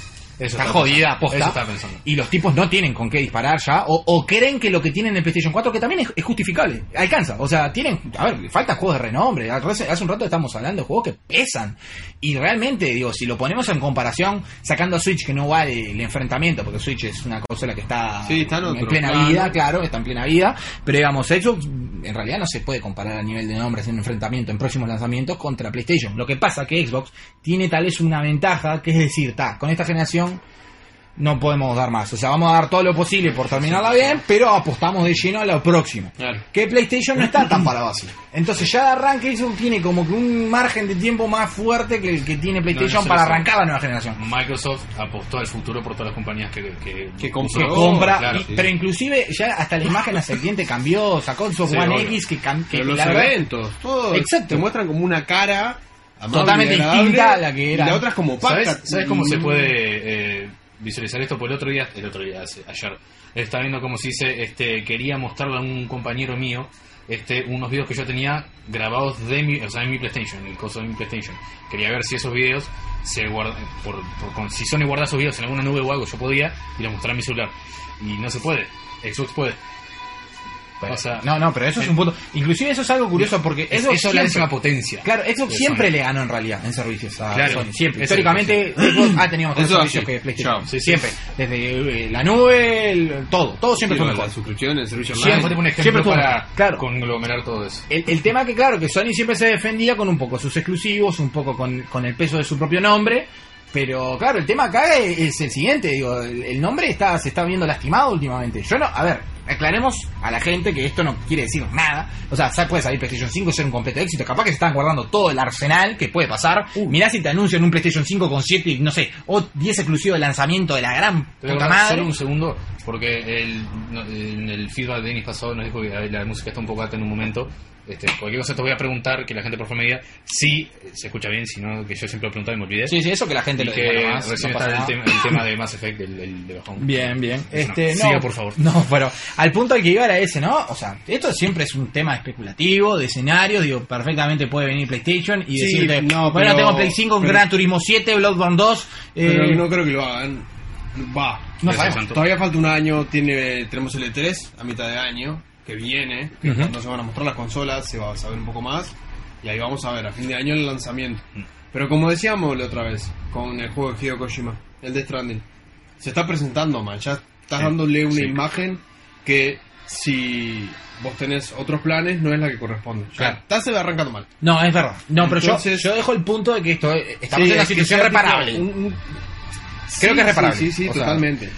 A: Eso
C: está
A: estaba
C: jodida
A: pensando,
C: aposta.
A: eso estaba pensando.
C: Y los tipos no tienen con qué disparar ya. O, o creen que lo que tienen en el PlayStation 4, que también es, es justificable, alcanza. O sea, tienen. A ver, faltan juegos de renombre. Hace hace un rato estamos hablando de juegos que pesan. Y realmente, digo, si lo ponemos en comparación, sacando a Switch, que no vale el enfrentamiento, porque Switch es una consola que está,
B: Sí, está en
C: en,
B: otro
C: plena
B: plano.
C: vida, claro, está en plena vida. Pero digamos, eso en realidad no se puede comparar a nivel de nombres en enfrentamiento, en próximos lanzamientos contra PlayStation. Lo que pasa que Xbox tiene tal vez una ventaja, que es decir, ta, con esta generación no podemos dar más. O sea, vamos a dar todo lo posible por terminarla bien, pero apostamos de lleno a lo próximo.
B: Claro.
C: Que PlayStation no está tan parado así. Entonces ya de arranque Xbox tiene como que un margen de tiempo más fuerte que el que tiene PlayStation
A: no,
C: para
A: sí, sí.
C: arrancar la nueva generación.
A: Microsoft apostó al futuro por todas las compañías que, que,
B: Que
C: que
B: compró.
A: usó.
C: compra,
A: claro,
C: y-
A: sí.
C: pero inclusive ya hasta la imagen hacia el cliente cambió, sacó el
A: Sí,
C: software One
A: obvio.
C: X que, cam- que
B: Pero los
C: la verdad-
B: eventos, todo.
C: Exacto.
B: Te muestran como una cara. amable,
C: Totalmente
B: agradable,
C: distinta a la que era.
B: Y la otra es como Mm. opaca.
A: ¿Sabes, ¿Sabes cómo
C: Mm.
A: se puede eh, visualizar esto? Por el otro día, el otro día, hace- ayer, estaba viendo cómo se dice, este, quería mostrarle a un compañero mío este, unos videos que yo tenía grabados de mi, o sea, en mi PlayStation, en el coso de mi PlayStation. Quería ver si esos videos se guardan, por, por- con- si Sony guarda esos videos en alguna nube o algo, yo podía y los mostrar en mi celular. Y no se puede, Xbox puede.
C: Pero-
A: o sea,
C: no, no, pero eso es un punto. Inclusive eso es algo curioso porque
A: es, eso
C: Xbox
A: es la
C: siempre-
A: décima potencia.
C: Claro, Xbox
A: de
C: siempre
A: Sony.
C: le ganó en realidad en servicios a
A: Claro,
C: Sony. Siempre.
A: eso es
C: Históricamente Xbox ha tenido mejores
B: Eso es
C: servicios
B: así.
C: que PlayStation.
B: Chao.
A: Sí, sí.
C: siempre. Desde eh, la nube, el- todo. Todo siempre
B: Siempre
C: fue
B: con
C: mejor.
B: las suscripciones, el servicio online.
A: Siempre un
C: Siempre
A: ejemplo
C: tuvo-
A: para
C: claro.
A: conglomerar todo eso.
C: El, el tema que claro, que Sony siempre se defendía con un poco sus exclusivos, un poco con, con el peso de su propio nombre, pero claro, el tema acá es, es el siguiente, digo, el, el nombre está, se está viendo lastimado últimamente. Yo no, a ver, aclaremos a la gente que esto no quiere decir nada, o sea, sa- puede salir PlayStation 5 y ser un completo éxito, capaz que se están guardando todo el arsenal que puede pasar.
A: Uh.
C: Mirá si te anuncian un PlayStation 5 con 7, no sé, o 10 exclusivos de lanzamiento de la gran
A: Te voy a
C: puta
A: guardar
C: madre.
A: Solo un segundo, porque el, no, en el feedback de Denis pasado nos dijo que eh, la música está un poco alta en un momento. Este, cualquier cosa te voy a preguntar, que la gente por favor me diga si eh, se escucha bien, si no, que yo siempre lo preguntaba y me olvidé.
C: Sí, sí, eso que la gente
A: y
C: lo
A: que
C: deja nomás,
A: recién
C: no pasa
A: está el
C: nada.
A: tema, el tema de Mass Effect, el, el de bajón.
C: Bien, bien.
A: Eso no.
C: Este, no,
A: Siga, por favor.
C: No, pero al punto al que iba era ese, ¿no? O sea, esto siempre es un tema especulativo, de escenario, digo, perfectamente puede venir PlayStation y
B: Sí,
C: decirte,
B: no, pero-
C: bueno, tengo Play 5,
B: pero-
C: Gran Turismo 7, Bloodborne 2, eh,
B: Pero no creo que lo hagan. Va.
C: No
B: Ya
C: sabemos.
B: sabemos. Todavía falta un año. Tiene, tenemos el E3 a mitad de año que viene. que
C: Ujú.
B: Cuando se van a mostrar las consolas, se va a saber un poco más. Y ahí vamos a ver a fin de año el lanzamiento.
A: Mm.
B: Pero como decíamos la otra vez con el juego de Hideo Kojima, el de Stranding, se está presentando, man. Ya estás
A: Sí,
B: dándole una
A: sí.
B: imagen que si vos tenés otros planes, no es la que corresponde. Ya
A: Claro.
B: estás arrancando mal.
C: no, es verdad. No, pero
B: Entonces-
C: yo, yo dejo el punto de que esto, eh,
B: Sí,
C: estamos en una
B: es que
C: situación
B: sea tipo
C: reparable.
B: un- un-
C: Creo
B: Sí,
C: que es reparable.
B: Sí, sí, sí,
C: O sea,
B: totalmente.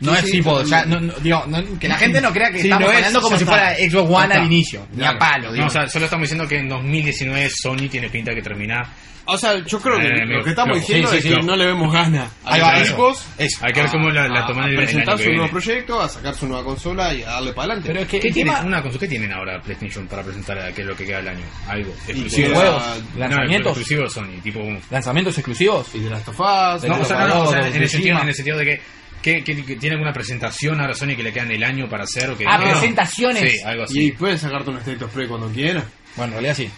C: No
B: Sí,
C: es
B: sí,
C: tipo,
B: totalmente.
C: ya, no- no, digo, no- que la gente no crea que
B: Sí,
C: estamos
B: no es,
C: hablando como
B: ya
C: si
B: está.
C: fuera Xbox
B: Ya
C: One
B: está.
C: al inicio, ni a
B: Claro.
C: palo,
A: No,
C: digo.
A: o sea, solo estamos diciendo que en 2019 Sony tiene pinta que termina.
B: O sea, yo creo que
A: Eh,
B: lo
A: medio
B: que estamos
A: flojo.
B: diciendo
A: Sí,
B: es
A: sí,
B: que
A: flojo.
B: no le vemos gana
C: Ahí va,
B: a los
C: eso,
B: Xbox
C: eso.
A: Hay que ver cómo la, la
B: a-
A: toman
B: a
A: el, el año
B: presentar
A: que
B: su
A: viene.
B: nuevo proyecto, a sacar su nueva consola y a darle para adelante.
C: Pero es que
A: ¿Qué
C: el
A: tienen,
C: tema-
A: una cosa, ¿Qué tienen ahora PlayStation para presentar a qué es lo que queda del año? Algo.
B: que-
A: Exclusivo.
C: Juegos,
B: Ah,
A: No,
C: lanzamientos,
A: exclusivo de Sony, tipo
C: lanzamientos exclusivos.
B: Y de las tofás,
C: No,
A: No, o sea, no, no, o sea, en, el sentido,
C: Kojima.
A: en el sentido de que, que- que- que tiene alguna presentación ahora Sony que le quedan el año para hacer o que
C: Ah,
A: no, no.
C: presentaciones.
A: Sí, algo
B: y
A: así.
B: pueden sacarte un State of Play cuando quieran.
C: Bueno, en realidad sí.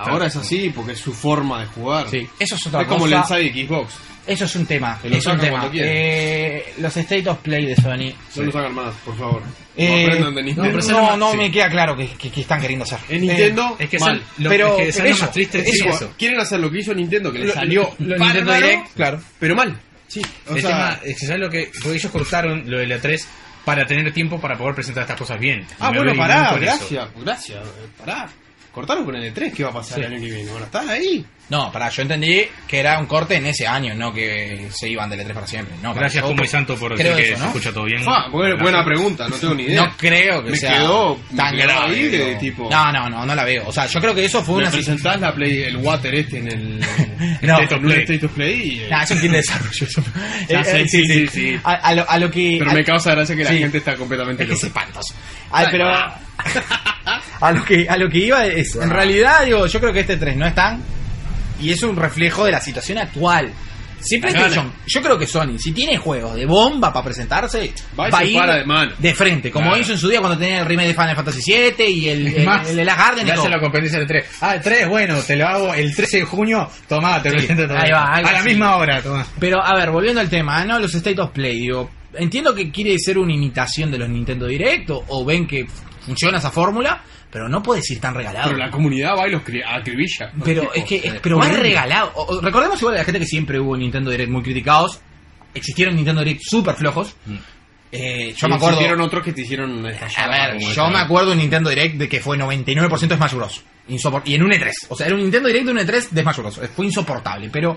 B: Ahora es así porque es su forma de jugar.
C: Sí, eso es otra
B: Es como el
C: cosa.
B: Inside Xbox.
C: Eso es un tema.
B: Que lo
C: es un
B: sacan
C: tema.
B: cuando quieran.
C: Eh, los State of Play de Sony.
B: No lo sacan más, por favor.
C: Eh,
B: no aprendan de Nintendo.
A: pero
C: no,
A: se
C: no,
A: llama-
C: no
A: sí.
C: me queda claro qué qué- qué están queriendo hacer. Eh,
B: en Nintendo,
A: Eh, es que
B: mal.
A: son- lo-
C: Pero-
A: es que es algo
C: eso,
A: más triste
C: eso,
A: sí,
B: Eso,
A: eso.
B: Quieren hacer lo que hizo Nintendo, que le
A: Lo-
B: salió
A: lo- lo
B: bárbaro,
A: Nintendo Direct,
C: claro.
B: pero mal. Sí, o
A: el
B: sea,
A: tema es que ¿sabes lo que porque ellos cortaron lo de la 3 para tener tiempo para poder presentar estas cosas bien.
B: Ah,
A: Me
B: bueno,
A: doy
B: pará,
A: mucho en eso.
B: gracias, gracias, eh, pará. Cortaron con el E3, ¿qué va a pasar
A: Sí.
B: el año que viene? Bueno, estás ahí.
C: No, para yo entendí que era un corte en ese año, no que se iban del E3 para siempre. No, para
A: Gracias,
C: yo-
A: Como y Santo, por
C: creo
A: decir que
C: eso,
A: se
C: ¿no?
A: escucha todo bien.
B: Ah, bueno, buena pregunta, no tengo ni idea.
C: No creo que
B: Me
C: sea
B: quedó- me
C: tan
B: quedó
C: grave.
B: ahí de
C: digo.
B: tipo-
C: No, no, no, no la veo. O sea, yo creo que eso fue
B: Me
C: una.
B: presentás la Play, el water este en el
C: No.
B: en un State of Play y, eh,
C: Nah, eso tiene desarrollo. eso-
B: Ya
C: Eh,
B: sé,
C: eh,
B: sí, sí, sí.
C: A, a lo, a lo que.
B: pero
C: a-
B: me causa gracia que la
C: Sí.
B: gente está completamente
C: Es que es
B: loca.
C: espantoso. Ay, pero a lo que a lo que iba es, en realidad digo, yo creo que este 3 no es tan y es un reflejo de la situación actual. Si PlayStation, yo creo que Sony, si tiene juegos de bomba para presentarse,
B: Va
C: va,
B: y se
C: a ir
B: para de mano.
C: frente, como
A: Claro.
C: hizo en su día cuando tenía el remake de Final Fantasy VII y el,
A: Es
C: el,
A: más,
C: el de Last Guardian y
A: Le hace
C: todo.
A: la competencia del 3. Ah, el 3, bueno, te lo hago el 13 de junio. Tomá, te lo
C: Sí,
A: presento todo.
C: ahí va,
A: A
C: algo
A: la
C: así.
A: misma hora, tomá.
C: Pero a ver, volviendo al tema, ¿no? Los State of Play, digo, entiendo que quiere ser una imitación de los Nintendo Direct o, o ven que funciona esa fórmula, pero no puede ir tan regalado.
B: Pero la comunidad va y los cri- acribilla. los
C: Pero
B: tipos.
C: es que es-
B: Eh,
C: pero va
B: horrible.
C: regalado. O- o- recordemos igual a la gente que siempre hubo Nintendo Direct muy criticados. Existieron Nintendo Direct súper flojos.
B: Mm.
C: Eh, yo
B: Y
C: me acuerdo.
B: Hicieron otros que te hicieron
C: A
B: estallar,
C: ver,
B: como
C: yo
B: esa.
C: me acuerdo un Nintendo Direct de que fue 99% Smash Bros. Insopor- y en un E3. O sea, era un Nintendo Direct de un E3 de Smash Bros. Fue insoportable. Pero,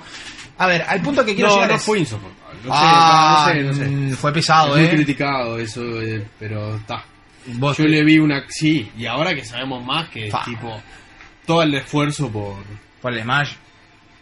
C: a ver, al punto que quiero
B: No,
C: llegar
B: no
C: es-
B: fue insoportable. No sé,
C: Ah,
B: no sé, no sé.
C: mm, Fue
B: Es
C: pesado, eh.
B: muy criticado eso, eh, pero está.
C: Vos-
B: Yo le vi una. Sí, y ahora que sabemos más, que es
C: Fa.
B: tipo. Todo el esfuerzo por.
C: Por el Smash.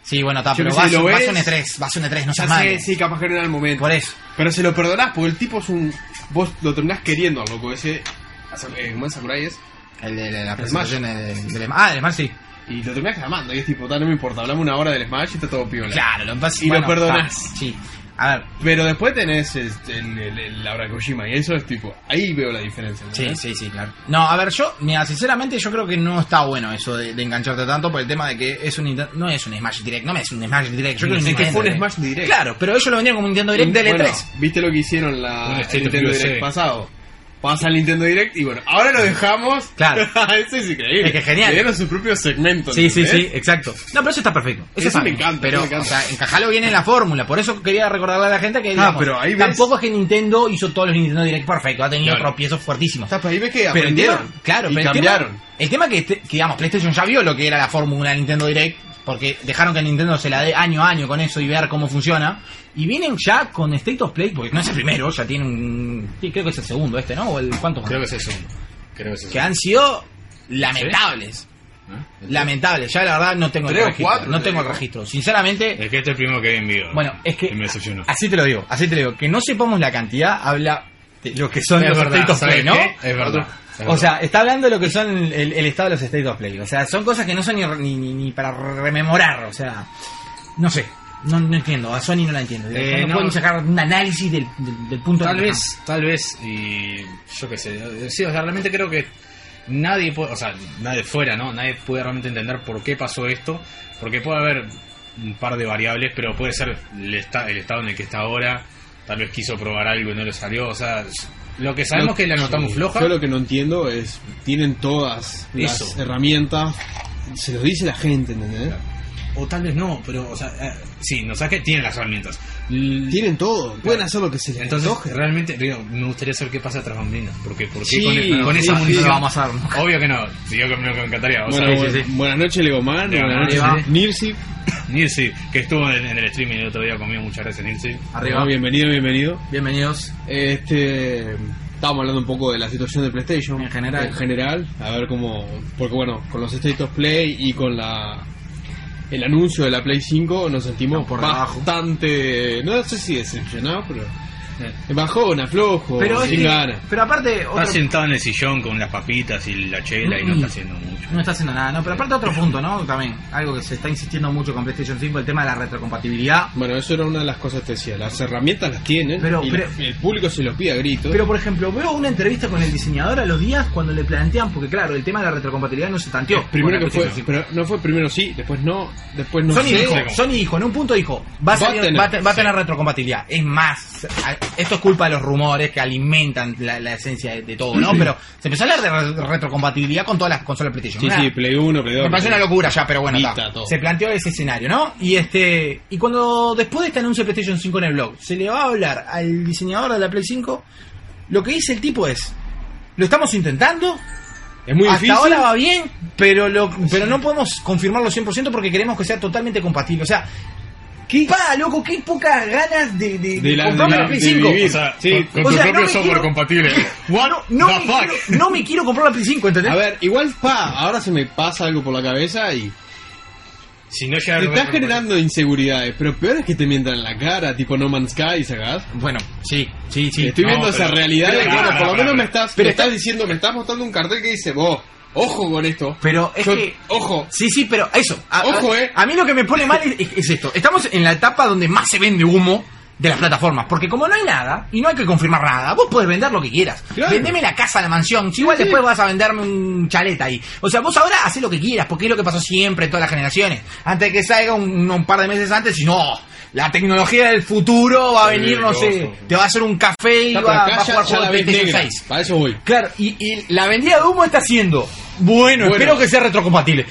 C: Sí, bueno, está,
B: Yo
C: pero
B: qué sé,
C: vas,
B: lo
C: vas
B: ves-
C: a un E3, vas a un E3, no
B: Ya
C: seas malo.
B: sé, sí, capaz que no era el momento.
C: Por eso.
B: Pero se lo perdonás, porque el tipo es un. Vos lo terminás queriendo al loco ese. a Sam- eh, ¿Cómo es Sakurai es?
C: El de la, la
B: El
C: presentación del, del Smash. Ah, el Smash sí.
B: Y lo terminás clamando, y es tipo, "Ta, no me importa, hablamos una hora del Smash y está todo piola.
C: Claro, lo que pasa-
B: Y lo
C: bueno,
B: perdonás.
C: está, Sí. A ver,
B: Pero después tenés este, el, el, el Laura Kojima, y eso es tipo, ahí veo la diferencia. ¿no?
C: Sí, sí, sí, claro. No, a ver, yo, mira, sinceramente yo creo que no está bueno eso de, de engancharte tanto por el tema de que es un Nintendo- no es un Smash Direct, no es un Smash Direct, yo creo
B: Es
C: que
B: que fue un
C: Nintendo
B: Smash Direct.
C: Claro, pero ellos lo vendían como un Nintendo Direct E del
B: Bueno,
C: E3.
B: ¿Viste lo que hicieron
A: Un
B: la,
A: State of
B: el Nintendo
A: USA.
B: Direct pasado? Pasa el Nintendo Direct y bueno, ahora lo dejamos. Ah,
C: Claro.
B: eso es increíble.
C: Es que genial.
B: Le dieron su propio segmento.
C: Sí, sí,
B: ¿entendés?
C: sí, exacto. No, pero eso está perfecto. ¿Eh? Eso,
B: Eso
C: está
B: me
C: bien.
B: encanta,
C: Pero,
B: me encanta.
C: o sea, encajalo bien en la fórmula. Por eso quería recordarle a la gente que.
B: pero ahí ves-
C: Tampoco es que Nintendo hizo todos los Nintendo Direct perfecto. Ha tenido
A: Claro.
C: tropiezos fuertísimos.
B: Está, pero ahí ves que
C: Pero el
B: aprendieron.
C: tema, claro,
B: y
C: pero el tema-
B: cambiaron.
C: El tema, que, este- que, digamos, PlayStation ya vio lo que era la fórmula Nintendo Direct, porque dejaron que Nintendo se la dé año a año con eso y ver cómo funciona. Y vienen ya con State of Play, porque no es el primero, ya tiene un. sí, creo que es el segundo este, ¿no? ¿O el cuánto?
A: Creo que es eso. Creo que es eso.
C: Que han sido lamentables.
A: ¿Eh?
C: Lamentables. Ya la verdad no tengo el
B: Tres o
C: registro.
B: cuatro,
C: no
B: te
C: tengo el
B: digo. Eh,
C: registro. Sinceramente.
A: Es que este es el primero que he enviado.
C: Bueno, es que.
A: Y me decepcionó.
C: Así te lo digo, así te lo digo. Que no sepamos la cantidad habla de lo que son
A: Es
C: los
A: verdad,
C: State of
A: ¿sabes
C: Play, ¿no?
A: qué? Es verdad, es
C: O
A: verdad.
C: sea, está hablando de lo que son el, el estado de los State of Play. O sea, son cosas que no son ni, ni, ni- ni para rememorar. O sea, no sé. No, no entiendo. A Sony no la entiendo.
A: Eh,
C: no,
A: no.
C: pueden sacar un análisis del, del- del punto
A: Tal
C: de vista.
A: vez, tal vez, y yo qué sé. Sí, o sea, realmente creo que nadie puede, o sea, nadie fuera, ¿no? Nadie puede realmente entender por qué pasó esto, porque puede haber un par de variables, pero puede ser el, esta- el estado en el que está ahora, tal vez quiso probar algo y no le salió, o sea, lo que sabemos
B: No,
A: que la notamos
B: sí.
A: floja.
B: Yo lo que no entiendo es, tienen todas las
A: Eso.
B: herramientas, se lo dice la gente, ¿entendés?
A: O tal vez no, pero, o sea, eh, sí, no sabes que tienen las herramientas. L-
B: Tienen todo, pueden hacer lo que se les
A: Entonces,
B: antoje.
A: realmente, digo, me gustaría saber qué pasa tras bambalinas, porque ¿por qué
B: Sí,
A: con, con
B: sí,
A: esa
B: sí,
A: munición?
C: no lo vamos a hacer.
A: Obvio que no, si yo que me me encantaría. O sea,
B: Bueno,
C: sí,
B: bu-
C: sí, sí.
B: Buenas noches, Legoman.
A: Legoman,
B: Buenas
C: ahí
B: noches,
C: va.
B: Nirsi.
A: Nilsi, que estuvo en, en el streaming el otro día conmigo, muchas gracias Nilsi.
C: Arriba.
B: Ah, bienvenido, bienvenido.
C: Bienvenidos.
B: Este, estábamos hablando un poco de la situación de PlayStation
C: En general.
B: En general, a ver cómo, porque bueno, con los State of Play y con la el anuncio de la Play 5 nos sentimos
C: Están por debajo.
B: bastante, no sé si decepcionados, pero bajón, aflojo,
C: Pero, es
B: sin
C: que-
B: ganas.
C: pero aparte, otro-
A: Eh, Está sentado en el sillón con las papitas y la chela y no está haciendo mucho.
C: No está haciendo nada, ¿no? Pero aparte otro punto, ¿no? También, algo que se está insistiendo mucho con PlayStation 5, el tema de la retrocompatibilidad.
B: Bueno, eso era una de las cosas que te decía. Las herramientas las tienen,
C: Pero-
B: y
C: pero-
B: el público se los pide a gritos.
C: Pero por ejemplo, veo una entrevista con el diseñador a los días cuando le plantean, porque claro, el tema de la retrocompatibilidad no se tanteó.
B: primero
C: con
B: que
C: la
B: fue,
C: PlayStation 5.
B: pero no fue primero sí, después no, después no.
C: Sony
B: sé.
C: dijo, Sony dijo, en un punto dijo, va a,
B: Va a
C: salir-
B: tener,
C: va a te- va a
B: sí.
C: tener retrocompatibilidad. Es más, a- esto es culpa de los rumores que alimentan la, la esencia de, de todo, ¿no? Pero se empezó a hablar de re- retrocompatibilidad con todas las consolas PlayStation.
B: Sí,
C: Una-
B: sí, Play 1, Play 2.
C: Me pareció una locura ya, pero bueno,
B: Vita,
C: está.
B: todo.
C: se planteó ese escenario, ¿no? Y este y cuando después de este anuncio de PlayStation 5 en el blog, se le va a hablar al diseñador de la Play 5, lo que dice el tipo es, lo estamos intentando,
B: Es muy
C: hasta
B: difícil.
C: ahora va bien, pero lo, pero no podemos confirmarlo 100% porque queremos que sea totalmente compatible, o sea, ¿Qué? Pa, loco, qué pocas ganas de, de,
B: De la-
C: comprarme
B: de la-
C: la Play
B: de
C: 5.
B: vivir. ah,
A: O sea,
B: Sí,
A: con, con
C: o
A: tu
C: sea, no
A: propio
C: me
A: software
C: quiero-
A: compatible.
C: No,
A: What
C: no
A: the
C: me quiero,
A: fuck?
C: no me quiero comprar la Play 5, ¿entendés?
B: A ver, igual pa, ahora se me pasa algo por la cabeza y
A: Si no llega
B: te
A: a-
B: estás generando inseguridades, pero peor es que te mientan en la cara, tipo No Man's Sky, ¿sacás?
C: Bueno, sí, sí, sí.
B: Estoy
A: no,
B: viendo
A: pero-
B: esa realidad
A: pero-
B: y bueno,
A: pará,
B: por lo
A: pará,
B: menos
A: pará.
B: me estás, me estás diciendo, me estás mostrando un cartel que dice, vos, Ojo con esto.
C: Pero es
B: Yo-
C: que.
B: Ojo.
C: Sí, sí, pero eso. A,
B: Ojo,
C: a-
B: eh.
C: A mí lo que me pone mal es, es esto. Estamos en la etapa donde más se vende humo de las plataformas. Porque como no hay nada y no hay que confirmar nada, vos podés vender lo que quieras.
B: Claro.
C: Vendeme la casa, la mansión. Si igual
B: sí.
C: después vas a venderme un chalet ahí. O sea, vos ahora haces lo que quieras. Porque es lo que pasó siempre en todas las generaciones. Antes de que salga un, un par de meses antes, y no. La tecnología del futuro va a
B: Sí,
C: venir, no
B: ojo.
C: sé. Te va a hacer un café y
B: Ya,
C: va,
B: pero
C: va a
B: acá ya,
C: jugar
B: ya
C: juegos
B: la
C: de
B: ves
C: PlayStation
B: negra.
C: 6.
B: Para eso voy.
C: Claro, y, y la vendida de humo está siendo. Bueno,
B: Bueno.
C: espero que sea retrocompatible.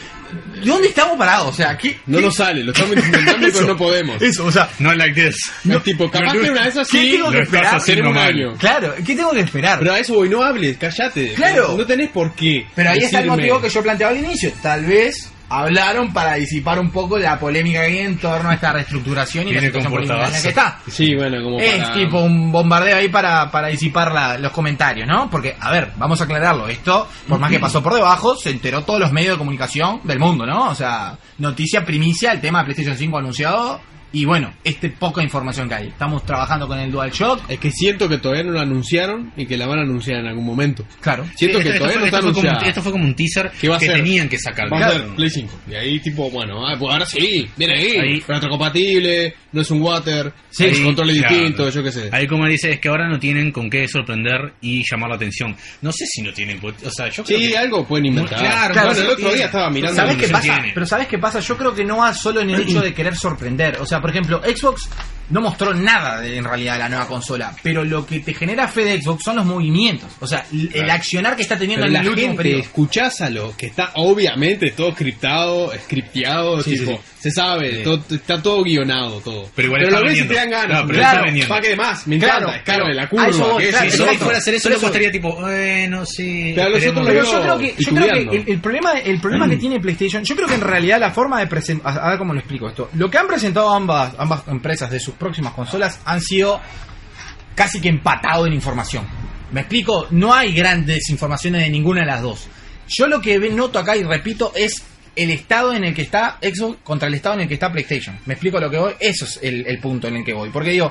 C: ¿Dónde estamos parados? O sea, ¿qué?
B: No
C: qué-
B: nos sale, lo estamos intentando,
C: Eso,
B: pero no podemos.
C: Eso, o sea,
A: No like this.
B: Es tipo, capaz
A: no,
B: que una de esas
C: ¿qué
B: sí,
C: tengo que
A: lo estás
C: esperar?
A: haciendo
B: Tenemos un
A: mal.
B: año.
C: claro, ¿qué tengo que esperar?
B: Pero a eso voy, no hables, callate.
C: Claro.
B: No tenés por qué.
C: Pero ahí está el
B: decirme-
C: motivo que yo planteaba al inicio. Tal vez hablaron para disipar un poco la polémica que hay en torno a esta reestructuración y la
A: Viene
C: situación
A: con
C: política en la
A: portabazo.
C: que está.
B: Sí, bueno, como
C: Es
B: para-
C: tipo un bombardeo ahí para, para disipar la- los comentarios, ¿no? Porque, a ver, vamos a aclararlo. Esto, por más que pasó por debajo, se enteró todos los medios de comunicación del mundo, ¿no? O sea, noticia primicia, el tema de PlayStation 5 anunciado. Y bueno, este poca información que hay. Estamos trabajando con el DualShock.
B: Es que siento que todavía no lo anunciaron y que la van a anunciar en algún momento.
C: Claro.
B: Siento que todavía no está
A: fue como,
B: anunciada.
A: esto fue como un teaser
B: ¿Qué va a
A: que
B: ser?
A: tenían que sacar.
B: Vamos a ver
A: Claro.
B: Play 5. Y ahí, tipo, bueno, ah, pues ahora sí, viene ahí.
A: Ahí.
B: Retrocompatible, no es un water,
C: Sí,
B: es un control
A: claro.
B: distinto, yo qué sé.
A: Ahí como dice, es que ahora no tienen con qué sorprender y llamar la atención. No sé si no tienen, pot- o sea, yo creo
B: Sí,
A: que-
B: algo pueden inventar.
A: Claro,
C: claro,
B: bueno, el
C: sí.
B: otro día estaba mirando.
C: ¿Sabes
A: no
C: qué
A: se
C: pasa?
A: tiene.
C: Pero ¿sabes qué pasa? Yo creo que no va solo en el hecho de querer sorprender. O sea, por ejemplo, Xbox no mostró nada de, en realidad de la nueva consola. Pero lo que te genera fe de Xbox son los movimientos. O sea, el el accionar que está teniendo
B: Pero
C: en
B: la
C: el último
B: gente,
C: periodo.
B: escuchás a lo que está obviamente todo criptado, scripteado,
C: Sí,
B: tipo,
C: sí, sí.
B: se sabe, todo- está todo guionado, todo.
A: Pero igual
B: lo
A: está
B: ves y te dan
A: vendiendo.
B: ganas.
A: No, pero
C: está vendiendo.
B: ¿Para qué más? Me
C: Claro,
B: encanta, Scarlett,
C: pero
B: la
C: a eso
B: curva,
C: voy,
B: que es
C: claro,
A: Si
B: eso,
A: solo
C: Exacto.
A: fuera a hacer eso,
C: Pero
A: loco
C: eso-
A: estaría tipo, bueno, sí.
B: Pero a los
A: esperemos
B: otros
A: que-
C: Pero
B: Pero
C: yo creo que, yo creo que
B: titubeando.
C: el, el problema, el problema que tiene PlayStation, yo creo que en realidad la forma de presentar, a ver cómo lo explico esto, lo que han presentado ambas, ambas empresas de sus próximas consolas han sido casi que empatado en información. ¿Me explico? No hay grandes informaciones de ninguna de las dos. Yo lo que ve- noto acá y repito es el estado en el que está Xbox contra el estado en el que está PlayStation. ¿Me explico lo que voy? Eso es el, el punto en el que voy. Porque digo,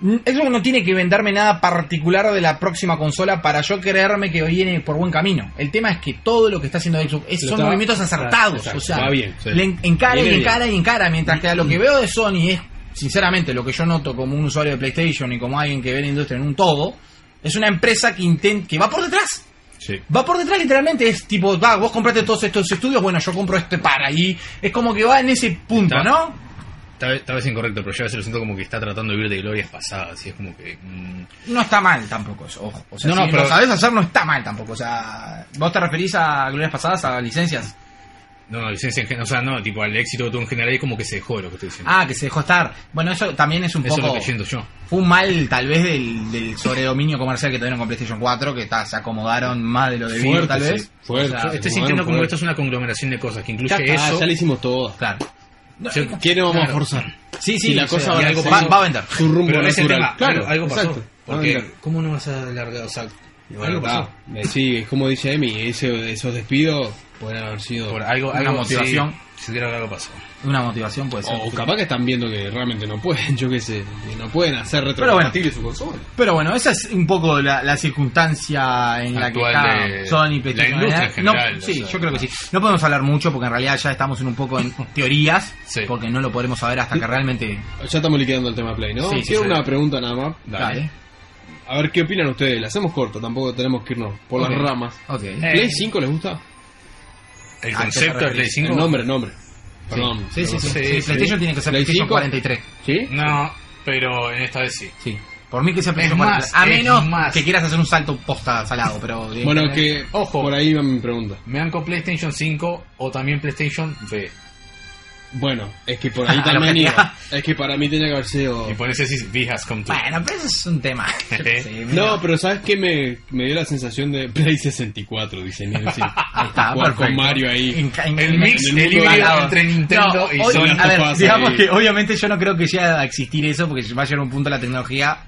C: mm, Xbox no tiene que venderme nada particular de la próxima consola para yo creerme que viene por buen camino. El tema es que todo lo que está haciendo Xbox es-
B: Lo
C: son
B: está-
C: movimientos acertados.
B: Exacto,
C: o sea,
B: va bien, sí.
C: le en- encara y
B: Viene bien.
C: encara y encara, mientras que a
A: Mm.
C: lo que veo de Sony es, sinceramente, lo que yo noto como un usuario de PlayStation y como alguien que ve la industria en un todo, es una empresa que intenta, que va por detrás.
A: Sí.
C: Va por detrás literalmente, es tipo, va, vos compraste todos estos estudios, bueno, yo compro este para y es como que va en ese punto,
A: Está-
C: ¿no?
A: Tal vez, tal vez incorrecto, pero yo a veces lo siento como que está tratando de vivir de glorias pasadas. Y es como que. mm,
C: No está mal tampoco eso, ojo. O sea,
A: No, no,
C: si
A: pero-
C: lo sabes hacer no está mal tampoco. O sea, vos te referís a glorias pasadas, a licencias.
A: no, no, licencia en gen- O sea, no, tipo, al éxito que tuvo en general y como que se dejó de lo que estoy diciendo.
C: Ah, que se dejó estar. Bueno, eso también es un
A: Eso es
C: poco...
A: lo que siento yo.
C: Fue un mal, tal vez, del, del sobredominio comercial que tuvieron con PlayStation 4, que ta, se acomodaron más de lo debido,
B: Fuerte,
C: tal vez.
B: sí, fuerte.
C: O sea,
A: Yo estoy
B: bueno,
A: sintiendo como
B: bueno.
A: que esto es una conglomeración de cosas que incluye
C: Ya está,
A: eso.
B: Ah, ya le hicimos todo.
C: claro. No,
A: Sí,
C: eh,
B: ¿Qué no vamos
A: Claro.
B: a forzar?
C: Sí,
B: si
C: sí,
B: la
C: o
B: cosa
C: sea,
B: va a
C: algo
B: ser-
C: va, va a vender.
B: Su rumbo
A: pero no es el
B: natural.
A: tema.
B: Claro,
A: algo, algo pasó.
B: exacto. Ah,
A: Porque,
B: Va a vender.
A: ¿cómo no vas a alargar? O sea,
B: Y
A: algo
B: Bueno,
A: pasó.
B: está. Eh, Sí, es como dice Emi, ese- esos despidos pueden haber sido.
A: Por algo,
C: Una
A: algo
C: motivación.
A: Sí, sí, creo que algo pasó.
C: Una motivación puede ser.
B: O capaz que están viendo que realmente no pueden, yo qué sé, que no pueden hacer
C: bueno.
B: retrocompatible su consola.
C: Pero bueno, esa es un poco la, la circunstancia en la que
A: Actual
C: está
A: de-
C: Sony
A: la
C: PlayStation.
A: industria
C: ¿verdad?
A: en general,
C: no,
A: o
C: sí,
A: sea.
C: yo creo que sí. No podemos hablar mucho porque en realidad ya estamos en un poco en teorías,
A: Sí.
C: porque no lo podremos saber hasta que realmente.
B: Ya estamos liquidando el tema Play, ¿no?
C: Sí, sí,
B: Quiero
C: sí.
B: una pregunta nada más.
C: Dale.
B: A ver qué opinan ustedes. La hacemos corta, tampoco tenemos que irnos por
C: Ok.
B: las ramas.
C: Ok.
A: Eh,
B: ¿Play 5 les gusta?
A: El
C: Ah,
A: concepto de
C: ¿qué te
A: Play
C: referís?
A: 5.
B: El nombre, nombre. Perdón.
C: Sí, sí,
A: Sí,
C: sí. sí,
A: sí.
C: PlayStation tiene que ser
B: Play
C: PlayStation
B: cinco.
C: 43.
B: ¿Sí?
A: No, pero en esta vez sí.
C: Sí. Por mí que sea PlayStation
A: más,
C: 43. A
A: es
C: menos
A: más.
C: que quieras hacer un salto posta salado, pero. eh,
B: Bueno, que
A: Ojo.
B: por ahí va mi pregunta.
A: Me dan con PlayStation 5 o también PlayStation B.
B: Bueno, es que por
C: A
B: ahí
C: la
B: también
C: objetividad.
B: iba. Es que para mí tenía que haber sido.
A: Y por eso sí, B has come to.
C: Bueno, pero eso es un tema. Yo qué sé, mira.
B: No, pero ¿sabes qué? Me, me dio la sensación de Play 64, dice Nancy.
C: Ahí
B: Jugar
C: está, Ah, perfecto.
B: con Mario ahí.
C: En- en-
A: El
C: en-
A: mix,
C: en
A: el híbrido
C: ganador.
A: entre Nintendo y Sony.
C: A ver,
B: Pasa
C: digamos
B: ahí.
C: que obviamente yo no creo que llegue a existir eso porque va a llegar un punto la tecnología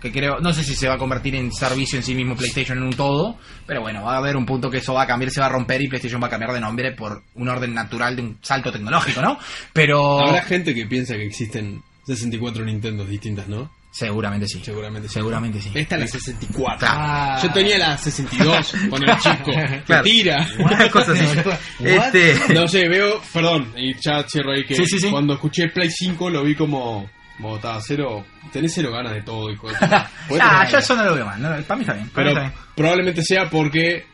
C: que creo, no sé si se va a convertir en servicio en sí mismo PlayStation en un todo, pero bueno, va a haber un punto que eso va a cambiar, se va a romper y PlayStation va a cambiar de nombre por un orden natural de un salto tecnológico, ¿no? Pero
B: Habrá gente que piensa que existen 64 Nintendos distintas, ¿no?
C: Seguramente sí.
B: Seguramente sí. Este-
C: Seguramente sí.
B: Esta es la 64.
C: Ah.
B: Yo tenía la 62 con el chico. Mentira.
D: Una cosa así. Este,
B: No sé, veo, perdón, y ya cierro ahí que
C: Sí, sí, sí.
B: cuando escuché Play 5 lo vi como, como "Ta, cero, tenés cero ganas de todo, hijo de puta". Podés
C: Ah,
B: tener
C: yo
B: ganas.
C: eso no lo veo mal. no, para mí está bien. para mí
B: Pero
C: está bien.
B: probablemente sea porque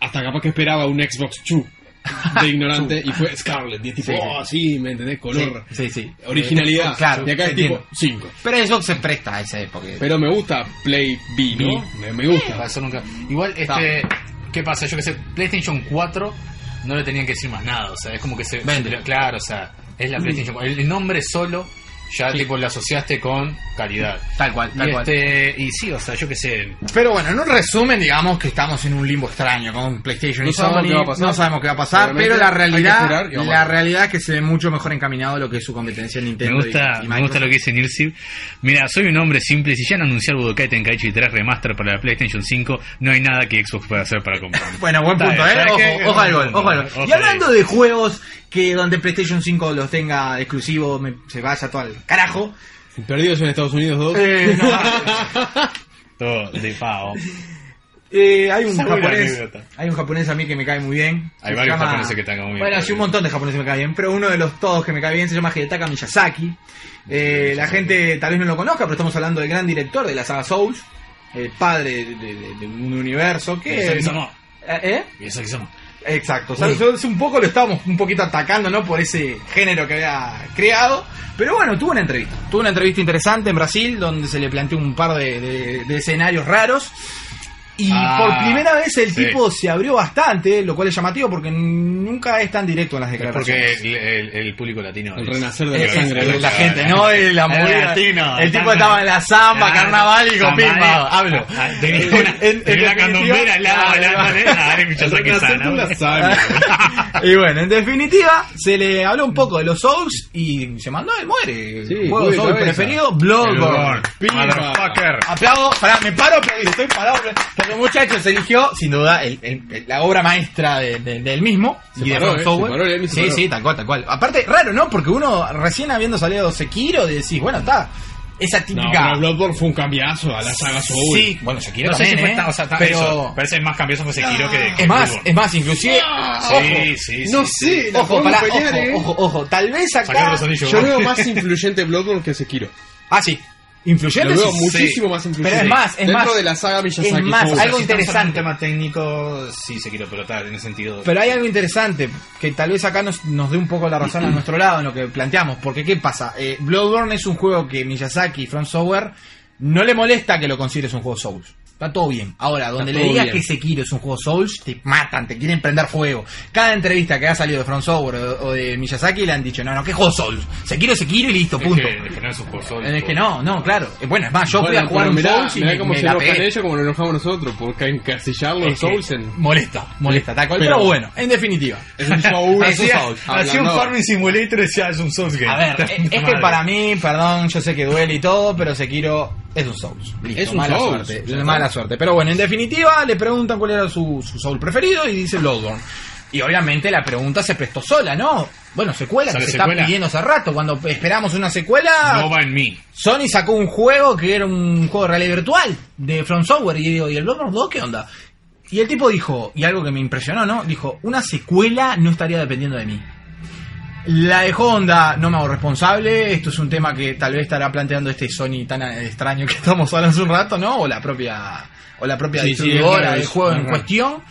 B: hasta capaz que esperaba un Xbox 2 de ignorante y fue Scarlet, y es tipo,
C: Sí, sí.
B: oh, sí, me entendés, color,
C: Sí, sí.
B: originalidad.
C: Eh, claro,
B: y acá es tipo
C: entiendo.
B: 5.
C: Pero eso se presta a ese porque
B: Pero me gusta Play B, ¿no? Me, me gusta.
A: Pasó nunca. Igual, este. ¿Qué pasa? Yo que sé, PlayStation 4 no le tenían que decir más nada. O sea, es como que se.
C: Vende.
A: Claro, o sea, es la PlayStation 4. El nombre solo ya tipo lo asociaste con calidad.
C: tal cual, tal
A: Y,
C: cual.
A: este, y sí, o sea, yo que sé.
C: Pero bueno, en un resumen, digamos que estamos en un limbo extraño con PlayStation
B: No
C: y
B: sabemos
C: Sony.
B: qué va a pasar.
C: No sabemos qué va a pasar,
B: Obviamente,
C: pero la
B: hay que
C: realidad,
B: esperar y vamos a
C: la
B: ver.
C: realidad es que se ve mucho mejor encaminado lo que es su competencia en Nintendo.
A: Me gusta,
C: y- y
A: me gusta lo que dice Nirsi. Mira, soy un hombre simple. Si ya han anunciado Budokai Tenkaichi 3 Remaster para la PlayStation 5, no hay nada que Xbox pueda hacer para comprar.
C: Bueno, buen
A: Está
C: punto,
A: bien,
C: ¿eh?
A: ¿sabes qué?
C: Ojo, ojo al gol, ojo al gol.
A: Ojo
C: Y hablando de juegos que donde PlayStation 5 los tenga exclusivo, me- se vaya todo al carajo.
B: Perdidos en Estados Unidos 2.
C: Eh, no,
A: Todo de pavo.
C: eh, hay un
A: Esa buena
C: japonés,
A: anécdota.
C: hay un japonés a mí que me cae muy bien.
A: Hay
C: Se
A: varios
C: llama-
A: japoneses que te caen muy bien.
C: Bueno, sí, un montón de japoneses me caen bien, pero uno de los todos que me cae bien se llama Hidetaka Miyazaki. Eh, la gente tal vez no lo conozca, pero estamos hablando del gran director de la saga Souls, el padre de, de- de un universo que...
A: Miyazaki-sama.
C: ¿Eh?
A: Miyazaki-sama.
C: Exacto, o sea, nosotros un poco lo estábamos un poquito atacando, ¿no? Por ese género que había creado. Pero bueno, tuvo una entrevista. Tuvo una entrevista interesante en Brasil, donde se le planteó un par de, de- de escenarios raros. Y
A: Ah,
C: por primera vez el
A: sí.
C: tipo se abrió bastante, lo cual es llamativo porque nunca es tan directo en las
A: Es
C: declaraciones.
A: porque el, el- el público latino.
B: El
A: es-
B: renacer de la
C: Esa
B: sangre.
C: es la
A: loca.
C: gente, ¿no? El, la
A: El
C: movida.
A: latino.
C: el tipo
A: Samba.
C: estaba en la samba,
A: Ah,
C: carnaval y con
A: samba,
C: pimba.
A: eh.
C: Hablo.
A: Ah, Tenía una,
C: En-
A: tenía
C: en
A: una
C: definitiva-
A: candombera al lado, al lado, al lado. Ah, era Miyazaki
B: Renacer
A: sana,
B: de la
A: boludo.
B: sangre.
C: y bueno, en definitiva, se le habló un poco de los Souls y se mandó el muere.
B: Sí,
C: Juego
B: muy
C: Souls
B: cabeza.
C: preferido, Bloodborne.
A: Bloodborne.
B: Pimba.
A: Motherfucker.
C: Aplaudo, pará, me paro, pero estoy parado. Porque muchachos eligió, sin duda, el- el- el- la obra maestra de- de- del mismo.
B: Se
C: y de
B: paró,
C: From
B: eh,
C: Software.
B: se paró, el Emi se
C: Sí,
B: paró.
C: sí, tal cual, tal cual. Aparte, raro, ¿no? Porque uno recién habiendo salido Sekiro, decís, bueno, está. Esa
B: No,
C: típica.
B: pero Bloodborne fue un cambiazo a la saga Soul.
C: sí, bueno, Sekiro
A: No sé si
C: también,
A: fue
C: ¿eh?
A: tan- o sea, tan-
C: pero...
A: eso, parece más cambioso fue Sekiro que, que
C: Es más,
A: Bloodborne.
C: es más, inclusive.
A: Sí, sí, sí.
B: No
A: sí.
B: sé, la
C: Ojo,
B: podemos
C: pará,
B: pelear, eh.
C: ojo, ojo, ojo. Tal vez
A: Sacá
C: acá.
A: los anillos.
B: Yo veo más influyente Bloodborne que Sekiro.
C: Ah, sí.
B: Lo
C: Influyente.
B: veo
C: sí.
B: muchísimo más influyente.
C: Pero es más, es
B: Dentro
C: más.
B: de la saga Miyazaki.
C: Es más,
B: Soul.
C: algo
A: Si estamos hablando
C: interesante.
A: de un tema técnico, sí, Sekiro, pero tal, en ese sentido.
C: Pero hay algo interesante que tal vez acá nos, nos dé un poco la razón a nuestro lado en lo que planteamos. Porque, ¿qué pasa? Eh, Bloodborne es un juego que Miyazaki y From Software no le molesta que lo consideres un juego Souls. Está todo bien. Ahora, donde le
B: todo
C: digas
B: bien.
C: que Sekiro es un juego Souls, te matan, te quieren prender fuego. Cada entrevista que ha salido de From Software o, o de Miyazaki le han dicho, no, no, ¿qué juego Souls? Sekiro es Sekiro y listo,
A: Es
C: punto.
A: que- es que no es un juego solo,
C: Es que
A: tipo.
C: no, no, claro. Eh, Bueno, es más, yo
B: Bueno,
C: fui a jugar
B: pero
C: un
B: mirá,
C: Souls y
B: mirá
C: me,
B: cómo
C: me
B: se
C: la
B: enojan
C: pegué.
B: ellos como nos enojamos nosotros por ca- encasillar los
C: Es que
B: Souls en...
C: Molesta, molesta, tal cual.
B: Pero-
C: Pero, bueno, en definitiva.
B: Es un Soul.
C: Es un
B: Hacía-
C: Soul.
A: Hacía un
B: hablando-
A: Farming Simulator y decía, es un Souls game.
C: A ver,
A: Puta
C: es, es que
A: madre.
C: para mí, perdón, yo sé que duele y todo, pero Sekiro es un Souls. Listo,
B: Es un
C: mala
B: Souls.
C: suerte.
B: Ya está.
C: Mala suerte. Pero bueno, en definitiva, le preguntan cuál era su, su Soul preferido y dice Bloodborne. Y obviamente la pregunta se prestó sola, ¿no? Bueno, secuela, que
A: Sale
C: se
A: secuela.
C: está pidiendo hace rato. Cuando esperamos una secuela,
A: No va en mí.
C: Sony sacó un juego que era un juego de realidad virtual de From Software y digo, ¿y el Bloodborne 2 qué onda? Y el tipo dijo, y algo que me impresionó, ¿no? Dijo, una secuela no estaría dependiendo de mí. La dejó onda, no me hago responsable, esto es un tema que tal vez estará planteando este Sony tan eh, extraño que estamos hablando hace un rato, ¿no? O la propia, o la propia
B: Sí, sí, es
C: distribuidora
B: raro
C: del
B: eso,
C: juego
B: es
C: en
B: raro.
C: cuestión.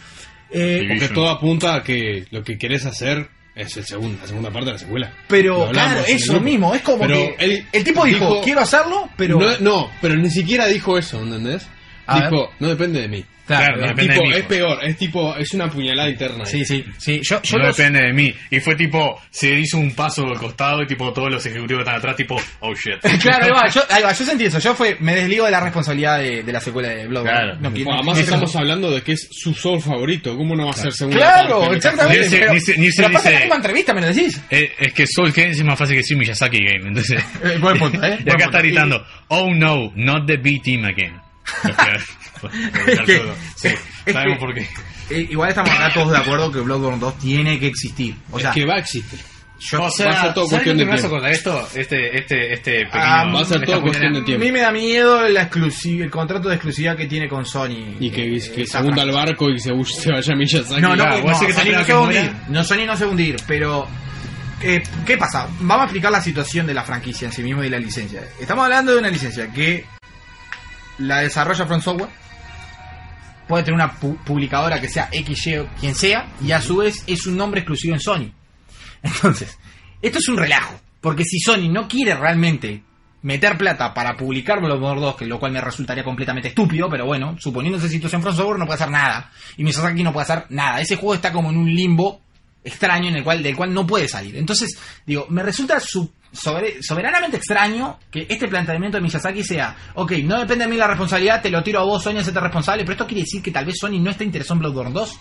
C: Eh,
A: Sí.
B: Porque todo apunta a que lo que querés hacer es el segundo, la segunda parte de la secuela. Lo
C: pero
B: hablamos
C: claro,
B: en el
C: eso
B: grupo.
C: mismo, es como
B: Pero
C: que
B: él
C: el tipo dijo,
B: dijo-
C: quiero hacerlo, pero...
B: No, no, pero ni siquiera dijo eso, ¿entendés?
C: A
B: dijo, no depende de mí.
A: Claro, no depende
B: Tipo,
A: de mí.
B: es peor, es tipo, es una puñalada interna.
C: Sí, sí, sí. Yo, yo
A: no
C: los-
A: depende de mí. Y fue tipo, se hizo un paso al costado y tipo todos los ejecutivos están atrás, tipo, oh shit.
C: Claro, ahí va, yo, ahí va, yo sentí eso. Yo fue, me desligo de la responsabilidad de, de la secuela de Bloodborne.
A: Claro.
C: No quiero-
B: Bueno, además
C: no-
B: estamos hablando de que es su sol favorito, ¿cómo no va a ser segunda
C: Claro,
B: parte?
C: exactamente.
A: Dice-
C: pero,
A: dice- dice-
C: pero aparte en la
A: dice-
C: misma entrevista me lo decís.
A: Eh, es que Soul Games es más fácil que decir Miyazaki Game. Entonces,
C: Eh, buen punto, ¿eh?
A: y acá
C: Buen
A: está
C: punto.
A: gritando, oh no, not the B Team again. Lo que-
C: Es que-
A: Sí,
C: es
A: sabemos
C: que-
A: por qué.
C: Eh, igual estamos acá todos de acuerdo que Bloodborne 2 tiene que existir. O sea,
B: Es que va a existir.
D: Yo,
A: o sea,
B: va a ser todo
A: ¿sabes
B: cuestión
A: lo que
B: de
A: me vas a
B: tiempo.
A: acordar esto? Este, este, este pequeño.
C: Ah,
B: va a ser
A: esta
B: todo
A: pequeña-
B: cuestión de
C: A
B: tiempo.
C: mí me da miedo la exclusiva, el contrato de exclusividad que tiene con Sony.
B: Y que,
C: Eh,
B: que se
C: esa
B: hunda
C: frase.
B: el barco y se, huye- se vaya a Miyazaki.
C: No, no,
A: Ah,
C: no,
A: vos decís que
C: Sony
A: espera
C: no
A: que
C: se va a
A: muera.
C: hundir. No, Sony no se va a hundir, pero. eh, ¿Qué pasa? Vamos a explicar la situación de la franquicia en sí mismo y la licencia. Estamos hablando de una licencia que la desarrolla Front Software. Puede tener una pu- publicadora que sea XY o quien sea, y a su vez es un nombre exclusivo en Sony. Entonces, esto es un relajo. Porque si Sony no quiere realmente meter plata para publicar Bloodborne 2, que lo cual me resultaría completamente estúpido, pero bueno, suponiendo esa situación, From Software no puede hacer nada. Y Miyazaki no puede hacer nada. Ese juego está como en un limbo extraño en el cual, del cual no puede salir. Entonces, digo, me resulta su- sobre- soberanamente extraño que este planteamiento de Miyazaki sea, ok, no depende de mí la responsabilidad, te lo tiro a vos, Sony, hacete responsable, pero esto quiere decir que tal vez Sony no está interesado en Bloodborne 2.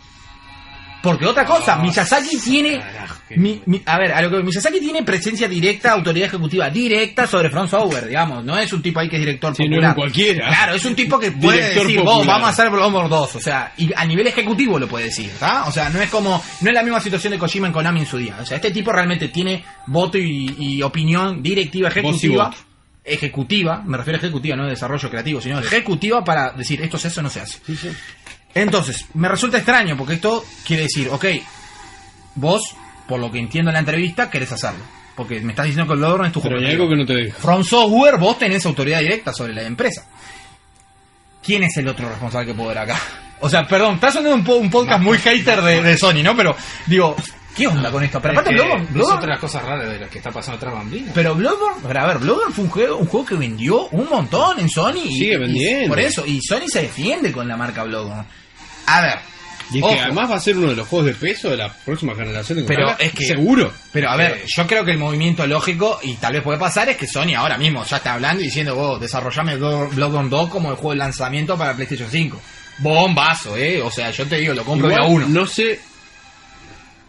C: Porque otra cosa, Miyazaki tiene.
A: carajo, qué
C: Mi- mi- a ver, a lo que Miyazaki tiene presencia directa, autoridad ejecutiva directa sobre Front Software, digamos. No es un tipo ahí que es director
B: Sí, no
C: popular.
B: es un cualquiera.
C: Claro, es un tipo que puede
B: Director
C: decir,
B: popular.
C: vos, vamos a hacer Bloodborne 2. O sea, y a nivel ejecutivo lo puede decir, ¿está? O sea, no es como. No es la misma situación de Kojima en Konami en su día. O sea, este tipo realmente tiene voto y, y opinión directiva, ejecutiva.
B: voto.
C: Ejecutiva, me refiero a ejecutiva, no de desarrollo creativo, sino ejecutiva para decir esto se hace o no se hace. Entonces, me resulta extraño porque esto quiere decir, ok, vos, por lo que entiendo en la entrevista, querés hacerlo. Porque me estás diciendo que el logro es tu
B: Pero hay
C: juego.
B: algo que no te deja.
C: From Software, vos tenés autoridad directa sobre la empresa. ¿Quién es el otro responsable que puedo ver acá? O sea, perdón, está sonando un, po- un podcast muy hater de, de Sony, ¿no? Pero, digo, ¿qué onda con esto? Pero aparte,
A: Es que
C: Bloodborne-
A: es
C: Bloodborne-
A: otra de las cosas raras de las que está pasando tras bambalinas.
C: pero Bloodborne, pero a ver, Bloodborne fue un juego, un juego que vendió un montón en Sony. y-
B: Sigue
C: y-
B: vendiendo.
C: por eso, y Sony se defiende con la marca Bloodborne. A ver,
B: Y es
C: ojo,
B: que además va a ser uno de los juegos de peso de la próxima generación. de
C: Pero
B: consolas,
C: es que-
B: Seguro.
C: pero a ver,
A: Eh,
C: yo creo que el movimiento lógico, y tal vez puede pasar, es que Sony ahora mismo ya está hablando y diciendo, vos, desarrollame Blood- Bloodborne 2 como el juego de lanzamiento para PlayStation 5. Bombazo, eh. O sea, yo te digo, lo compro de a
B: Igual,
C: uno.
B: No sé.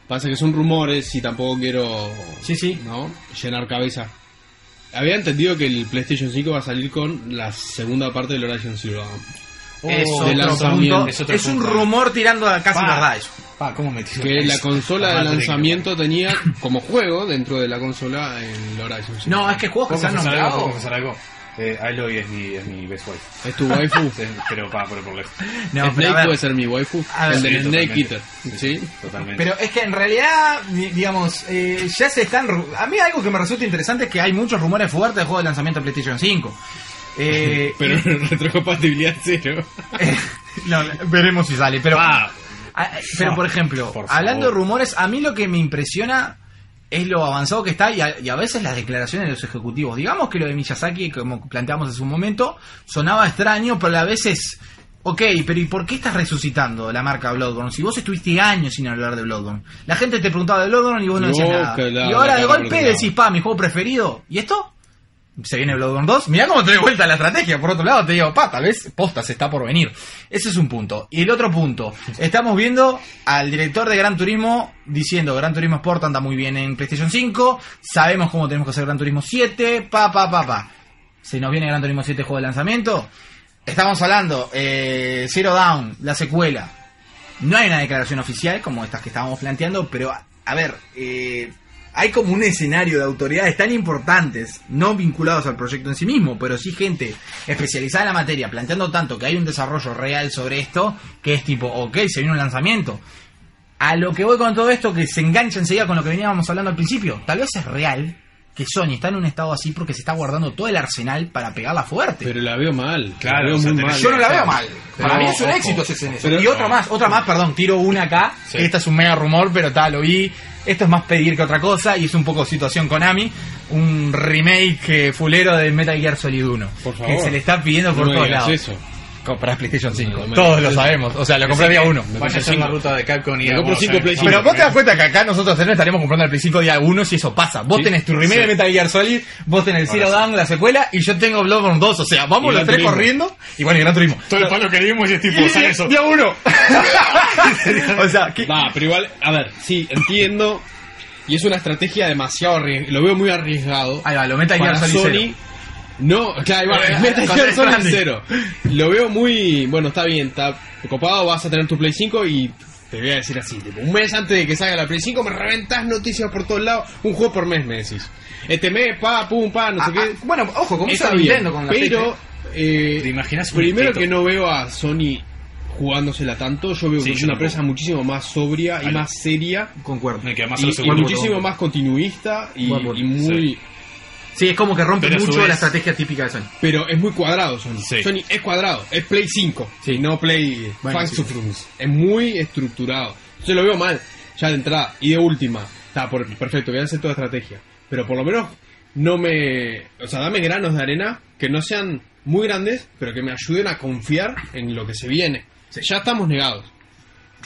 B: Pasa que son rumores y tampoco quiero.
C: Sí, sí.
B: ¿No? Llenar cabeza. Había entendido que el PlayStation 5 va a salir con la segunda parte del Horizon Zero Dawn.
C: es,
A: Oh,
B: de
C: otro
B: lanzamiento.
C: punto,
A: Es otro
C: es un
A: punto.
C: rumor tirando a casi
A: Pa.
C: verdad eso.
A: Pa, ¿cómo metí eso?
B: Que la consola de
A: Aparte que-
B: lanzamiento tenía como juego dentro de la consola el Horizon Zero
C: No,
B: Dawn.
C: es que juegos que
A: ¿Puedo
C: se han
A: confesar algo? ¿Puedo
C: nombrado.
A: confesar algo? Eh, Aloy es mi, es mi best wife.
B: Es tu waifu.
A: Sí, Pero pa, pero por lejos.
C: No, pero a
B: Snake
C: ver.
B: puede ser mi waifu.
C: A ver.
B: el del
A: Sí,
B: Snake
A: totalmente.
B: Eater. ¿Sí?
A: Totalmente.
C: Pero es que en realidad, di- digamos, eh, ya se están... ru- A mí algo que me resulta interesante es que hay muchos rumores fuertes de juego de lanzamiento de PlayStation 5. Eh,
B: Pero retrocompatibilidad cero.
C: eh, no, veremos si sale, pero...
A: Pa,
C: Ah, Pero por ejemplo,
A: Por favor.
C: hablando de rumores, a mí lo que me impresiona es lo avanzado que está y a, y a veces las declaraciones de los ejecutivos. Digamos que lo de Miyazaki, como planteamos hace un momento, sonaba extraño, pero a veces... Ok, pero ¿y por qué estás resucitando la marca Bloodborne? Si vos estuviste años sin hablar de Bloodborne. La gente te preguntaba de Bloodborne y vos no
B: Y
C: decías
B: vos,
C: nada.
B: que la-
C: y
B: la
C: ahora de
B: cara
C: golpe
B: por otro lado.
C: decís, pa, mi juego preferido. ¿Y esto? se viene Bloodborne 2. Mirá cómo te doy vuelta la estrategia. Por otro lado, te digo, pa, tal vez postas está por venir. Ese es un punto. Y el otro punto, estamos viendo al director de Gran Turismo diciendo: Gran Turismo Sport anda muy bien en PlayStation 5. Sabemos cómo tenemos que hacer Gran Turismo 7. Pa, pa, pa, pa. Se nos viene Gran Turismo 7 juego de lanzamiento. Estamos hablando, eh, Zero Down, la secuela. No hay una declaración oficial como estas que estábamos planteando, pero a, a ver, eh, hay como un escenario de autoridades tan importantes, no vinculados al proyecto en sí mismo, pero sí gente especializada en la materia, planteando tanto que hay un desarrollo real sobre esto, que es tipo, ok, se viene un lanzamiento. A lo que voy con todo esto, que se engancha enseguida con lo que veníamos hablando al principio, tal vez es real que Sony está en un estado así porque se está guardando todo el arsenal para pegarla fuerte.
B: Pero la veo mal.
A: Claro,
B: la veo
A: o sea,
B: muy
A: tenés-
B: mal.
C: Yo no la veo mal.
B: Pero,
C: Para mí es un
B: ojo,
C: éxito ese escenario.
B: pero-
C: y otra más, otra más, perdón, tiro una acá.
A: Sí.
C: Esta es un mega rumor, pero tal, lo vi. Esto es más pedir que otra cosa y es un poco situación Konami. Un remake eh, fulero de Metal Gear Solid 1.
B: Por favor.
C: Que se le está pidiendo por
B: no me
C: todos
B: digas
C: lados.
B: eso.
C: Comprar PlayStation 5.
B: No me
C: todos
B: digas
C: lo
B: eso.
C: sabemos. O sea, lo compré día 1.
A: Vaya a ser la ruta de Capcom y
B: Me compro
A: vamos,
B: cinco
A: ¿sabes?
B: Play
A: Vamos,
B: cinco.
C: Pero vos te
A: ¿sabes?
C: das cuenta que acá nosotros tres no estaríamos comprando al principio día 1 si eso pasa. Vos
B: Sí.
C: tenés tu remake
A: Sí.
C: de Metal Gear Solid, vos tenés el
A: Ahora
C: Zero
A: sí.
C: Dawn, la secuela, y yo tengo Bloodborne 2. O sea, vamos
B: Y
C: los
B: Gran
C: tres
B: Turismo.
C: corriendo. Y bueno, y Gran Turismo.
A: Todo el palo que dimos y es tipo,
C: Y-
A: sale eso.
C: día uno. o sea, que-
B: Va, pero igual, a ver, sí, entiendo. Y es una estrategia demasiado arriesgada. Lo veo muy arriesgado.
C: Ahí va, lo meta
B: para
C: Gear Solid
B: Sony.
C: cero.
B: No, claro, igual,
C: Eh,
B: Metal
C: con
B: Gear
C: el
B: Solid
C: Stranding.
B: cero. Lo veo muy. Bueno, está bien, está copado. Vas a tener tu Play 5 y Te voy a decir así, tipo, un mes antes de que salga la Play 5 me reventás noticias por todos lados, un juego por mes me decís. Este mes, pa, pum, pa, no
C: Ah,
B: sé qué.
C: ah, bueno, ojo, como hizo
B: Está
C: Nintendo
B: bien,
C: con la
B: pero
C: PlayStation.
B: eh,
A: ¿Te imaginas un
B: primero
A: objeto?
B: que no veo a Sony jugándosela tanto, yo veo
A: Sí,
B: que es
A: yo tampoco.
B: una empresa muchísimo más sobria y
A: Vale.
B: más seria
C: Concuerdo.
A: Me queda más
B: y,
A: a lo
B: y
A: seguro.
B: muchísimo más continuista y,
C: Bueno,
B: y muy
D: Sí, es como que rompe
A: Pero a su
D: mucho
A: vez-
D: la estrategia típica de Sony.
B: pero es muy cuadrado Sony.
A: Sí.
B: Sony es cuadrado, es Play 5,
C: Sí.
B: no Play
C: Bueno,
B: Fans
C: sí.
B: to Fruits. Es muy estructurado. Yo lo veo mal, ya de entrada y de última. Está por, perfecto, voy a hacer toda estrategia, pero por lo menos no me, o sea, dame granos de arena que no sean muy grandes, pero que me ayuden a confiar en lo que se viene. Ya estamos negados.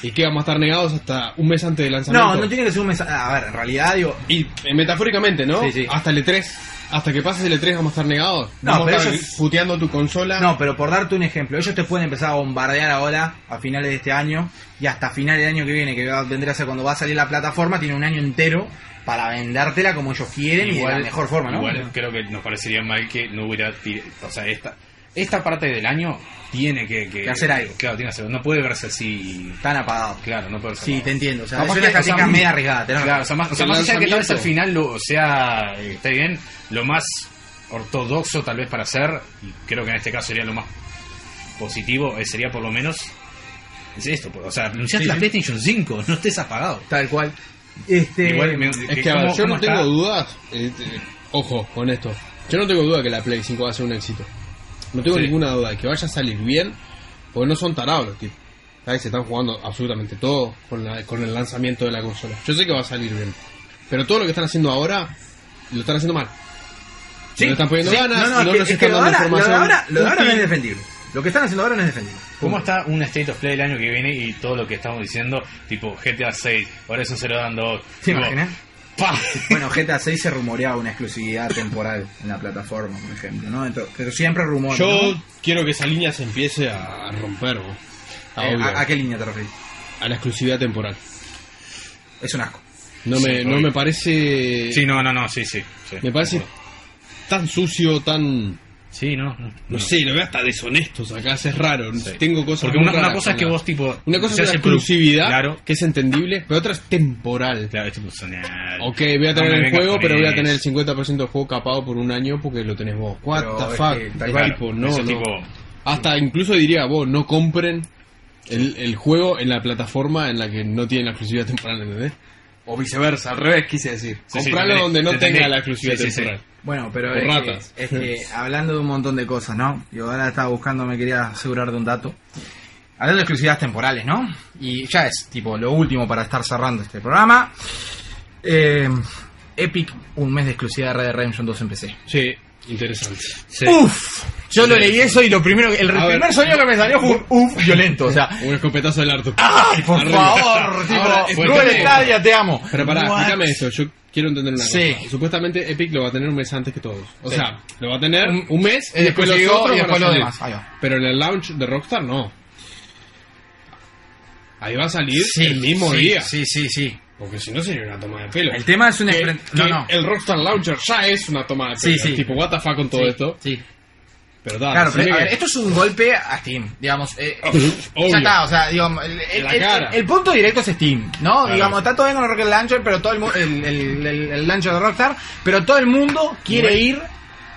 B: ¿Y qué vamos a estar negados hasta un mes antes del lanzamiento?
C: No, no tiene que ser un mensaje. A ver, en realidad, digo.
B: Y eh, metafóricamente, ¿no?
C: Sí, sí.
B: Hasta el E3. Hasta que pases el E3 vamos a estar negados.
C: No,
B: vamos
C: pero
B: a estar
C: ellos-
B: puteando tu consola.
C: No, pero por darte un ejemplo, ellos te pueden empezar a bombardear ahora, a finales de este año, y hasta finales del año que viene, que va- vendría a ser cuando va a salir la plataforma, tiene un año entero para vendértela como ellos quieren y de la mejor forma, ¿no?
A: Igual creo que nos parecería mal que no hubiera. ti- O sea, esta, esta parte del año tiene que, que-
C: Que hacer algo.
A: Claro, tiene que hacer. No puede verse así.
C: Tan apagado.
A: Claro, no puede verse.
C: Sí,
A: como-
C: te entiendo. O sea,
A: Capaz
C: es
A: que-
C: una
A: o sea,
C: estrategia
A: un-
C: media arriesgada. tenés
A: Claro, o
C: razón.
A: sea, más, o sea,
B: El
A: más allá de que tal vez al
B: lanzamiento.
A: final lo, o sea, eh, esté bien, lo más ortodoxo tal vez para hacer, y creo que en este caso sería lo más positivo, eh, sería por lo menos es esto, pues, o sea, anunciaste
C: Sí.
A: la PlayStation 5, no estés apagado.
C: Tal cual. Este,
A: Igual me-
B: es que
A: ¿cómo-
B: a ver, yo
A: cómo
B: no
A: está?
B: tengo dudas. eh, eh, ojo con esto. Yo no tengo duda que la Play 5 va a ser un éxito. No tengo
A: Sí.
B: ninguna duda de que vaya a salir bien. Porque no son tarados los tipos. ¿Sabes? Se están jugando absolutamente todo con, la- con el lanzamiento de la consola. Yo sé que va a salir bien. Pero todo lo que están haciendo ahora, lo están haciendo mal.
C: Sí,
B: no le están poniendo
C: sí.
B: ganas,
C: No, no,
B: no
C: es
B: nos
C: que- es
B: están
C: que lo
B: dando
C: de ahora- lo de
B: información
C: ahora- Lo de ahora no es
B: útil.
C: defendible. Lo que están haciendo ahora no es defendible.
A: ¿Cómo está un State of Play el año que viene y todo lo que estamos diciendo, tipo GTA 6, ahora eso se lo dan dos?
C: ¿Te
A: tipo,
C: imaginas?
A: ¡pa!
C: Bueno, GTA 6 se rumoreaba una exclusividad temporal en la plataforma, por ejemplo, ¿no? Entonces, pero siempre rumor.
B: Yo
C: ¿no?
B: quiero que esa línea se empiece a romper, vos. Está
C: Eh,
B: Ah, obvio.
C: ¿a, a qué línea te refieres?
B: A la exclusividad temporal.
C: Es un asco.
B: No me,
A: Sí,
B: no
A: obvio.
B: me parece.
A: Sí, no, no, no, sí, sí. sí.
B: Me parece tan sucio, tan.
A: Sí, no. No,
B: No sé, lo veo hasta deshonestos acá, es raro. Tengo cosas.
A: Porque
B: muy
A: una, una
B: raras
A: cosa es
B: con
A: que
B: la-
A: vos, tipo.
B: Una cosa es
A: seas
B: la
A: el produ-
B: exclusividad,
A: Claro,
B: que es entendible, pero otra es temporal.
A: claro, es tipo. sonar.
B: Ok, voy a tener
A: No me
B: el
A: vengas
B: juego,
A: con
B: pero voy a
A: eso.
B: tener el 50% del juego capado por un año porque lo tenés vos. What
C: Pero
B: the
C: es
B: fuck?
C: que tal
B: Es
C: cual,
B: tipo, no,
A: eso
B: no.
A: tipo-
B: Hasta incluso diría, vos, no compren el, el juego en la plataforma en la que no tiene la exclusividad temporal, ¿entendés? O viceversa, al revés quise decir.
A: Sí, sí,
B: Compralo
A: entendí,
B: donde no
A: entendí.
B: tenga la exclusividad
A: Sí, sí, sí.
B: temporal.
C: Bueno, pero
B: Por
C: es que-
B: ratas.
C: es que hablando de un montón de cosas, ¿no? Yo ahora estaba buscando, me quería asegurar de un dato. Hablando de exclusividades temporales, ¿no? Y ya es, tipo, lo último para estar cerrando este programa. Eh, Epic, un mes de exclusividad de Red Dead Redemption 2 en PC.
B: Sí, interesante.
A: Sí.
C: ¡Uf! Yo lo leí eso y lo primero, el
B: A
C: primer
B: ver.
C: sueño que me salió fue un ¡Uf! violento, o sea...
B: Un escopetazo del harto.
C: ¡Ay, por
B: Arriba.
C: favor!
B: Ahora,
C: Tipo,
B: fue
C: Cruel
B: terrible.
C: Estadia, te amo.
B: Pero pará,
C: What?
B: explícame eso, yo quiero entender una
C: Sí.
B: cosa. Supuestamente Epic lo va a tener un mes antes que todos. O
C: Sí.
B: sea, lo va a tener
C: Un-
B: un, mes
C: el
B: y después los
C: exclusivo
B: otros
C: y
B: van a
C: después los
B: salir.
C: demás, ahí va.
B: Pero en el launch de Rockstar no. Ahí va a salir
C: Sí,
B: el mismo
C: sí,
B: día.
C: Sí, sí, sí.
B: Porque si no sería una toma de pelo.
C: El tema es un...
B: Que-
C: expre-
B: que El Rockstar Launcher ya es una toma de
C: Sí,
B: pelo.
C: sí.
B: Tipo, what the fuck con todo
C: Sí,
B: esto.
C: Sí.
B: Pero da,
C: Claro,
B: decime
C: pero a
B: que-
C: ver, esto es un golpe a Steam, digamos. eh,
B: Obvio.
C: Ya está, o sea, digamos, el, el-
B: la
C: el-
B: cara.
C: el punto directo es Steam, ¿no?
A: Claro.
C: Digamos, está todo bien con el Rocket Launcher, pero todo el, mu- el, el, el- el launcher de Rockstar, pero todo el mundo quiere ir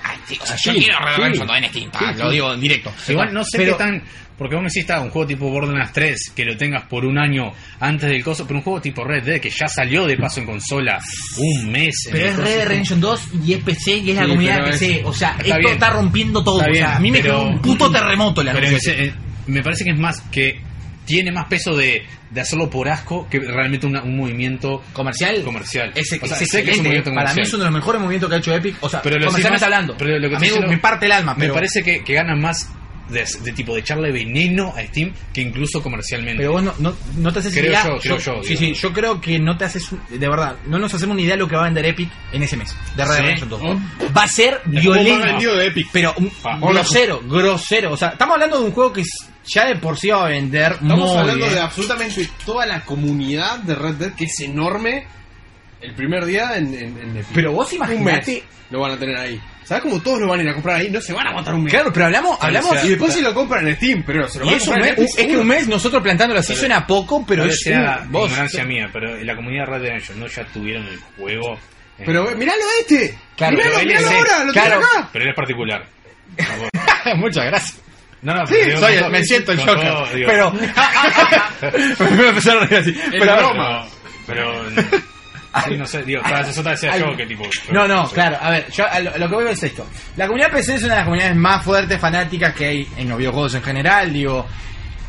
C: a Steam. O sea, yo
B: Sí,
C: quiero Red Dead
B: sí,
C: Redemption todavía en Steam, pa,
B: sí,
C: lo
B: sí.
C: digo en directo.
A: Igual no sé
C: Pero-
A: qué tan. Porque vos me decís, está, un juego tipo Borderlands 3, que lo tengas por un año antes del coso, pero un juego tipo Red Dead, que ya salió de paso en consola un mes. en
C: Pero
A: el
C: es
A: coso.
C: Red Dead Redemption 2 y es PC y es la
B: Sí,
C: comunidad
B: pero
C: PC.
B: es-
C: O sea,
A: está
C: esto
A: bien.
C: está rompiendo todo.
A: Está
C: o sea,
A: bien,
C: a mí me
A: pero-
C: quedó un puto terremoto la
A: Pero
C: noticia.
A: me, eh, me parece que es más que tiene más peso de, de hacerlo por asco que realmente una- un movimiento
C: comercial
A: comercial.
C: Ese,
A: O sea, sé que es un
C: ese excelente.
A: movimiento
C: para mí
A: comercial.
C: es uno de los mejores movimientos que ha hecho Epic o sea
A: Pero lo
C: comercialmente
A: decís más-
C: hablando
A: pero lo que
C: A mí
A: estoy diciendo-
C: me parte el alma
A: Me
C: pero,
A: parece que, que gana más de, de tipo de echarle veneno a Steam que incluso comercialmente.
C: pero vos no, no, no te haces
A: Creo
C: idea
A: yo, creo yo,
C: sí,
A: digo.
C: sí, yo creo que no te haces un- de verdad no nos hacemos ni idea lo que va a vender Epic en ese mes de Red Dead
A: Sí.
C: Redemption 2. va a ser
B: Como más vendido
C: violento
B: de Epic.
C: pero un-
A: Ah,
C: grosero grosero o sea estamos hablando de un juego que es- ya de por sí va a vender
B: Estamos
C: muy
B: hablando
C: bien.
B: de absolutamente toda la comunidad de Red Dead, que es enorme. El primer día en, en, en Epic.
C: Pero vos
B: un mes
C: imaginate.
B: lo van a tener ahí. ¿Sabes cómo todos lo van a ir a comprar ahí? No se van a aguantar un mes.
C: Claro, pero hablamos, hablamos.
B: y después si lo compran en Steam, pero se lo
C: Y
B: van a
C: es, un
B: comprar
C: mes,
B: en
C: un-
B: Epic,
C: es que un
B: seguro.
C: mes nosotros plantándolo así suena poco, pero
A: Pero
C: es
A: sea
C: un- vos.
A: ignorancia mía, pero en la comunidad de Radio Nation no ya tuvieron el juego. eh,
B: Pero eh, miralo a este.
C: Claro,
B: miralo,
A: pero
B: miralo
A: él es-
B: ahora, lo tengo
C: claro.
B: acá.
A: pero él es particular. Por favor.
C: Muchas gracias.
A: No, no,
C: Sí,
A: pero digo,
C: soy
A: con
C: el- me
A: todo-
C: siento el
A: con
C: Joker.
A: todo, digo,
C: pero. me voy a empezar a reír así. Pero
A: pero,
C: broma.
A: pero, sí, no sé, digo, para eso decía
C: Ay,
A: yo que tipo.
C: No, no, claro. A ver, yo a lo, lo que voy a ver es esto. La comunidad PC es una de las comunidades más fuertes, fanáticas que hay en los videojuegos en general, digo.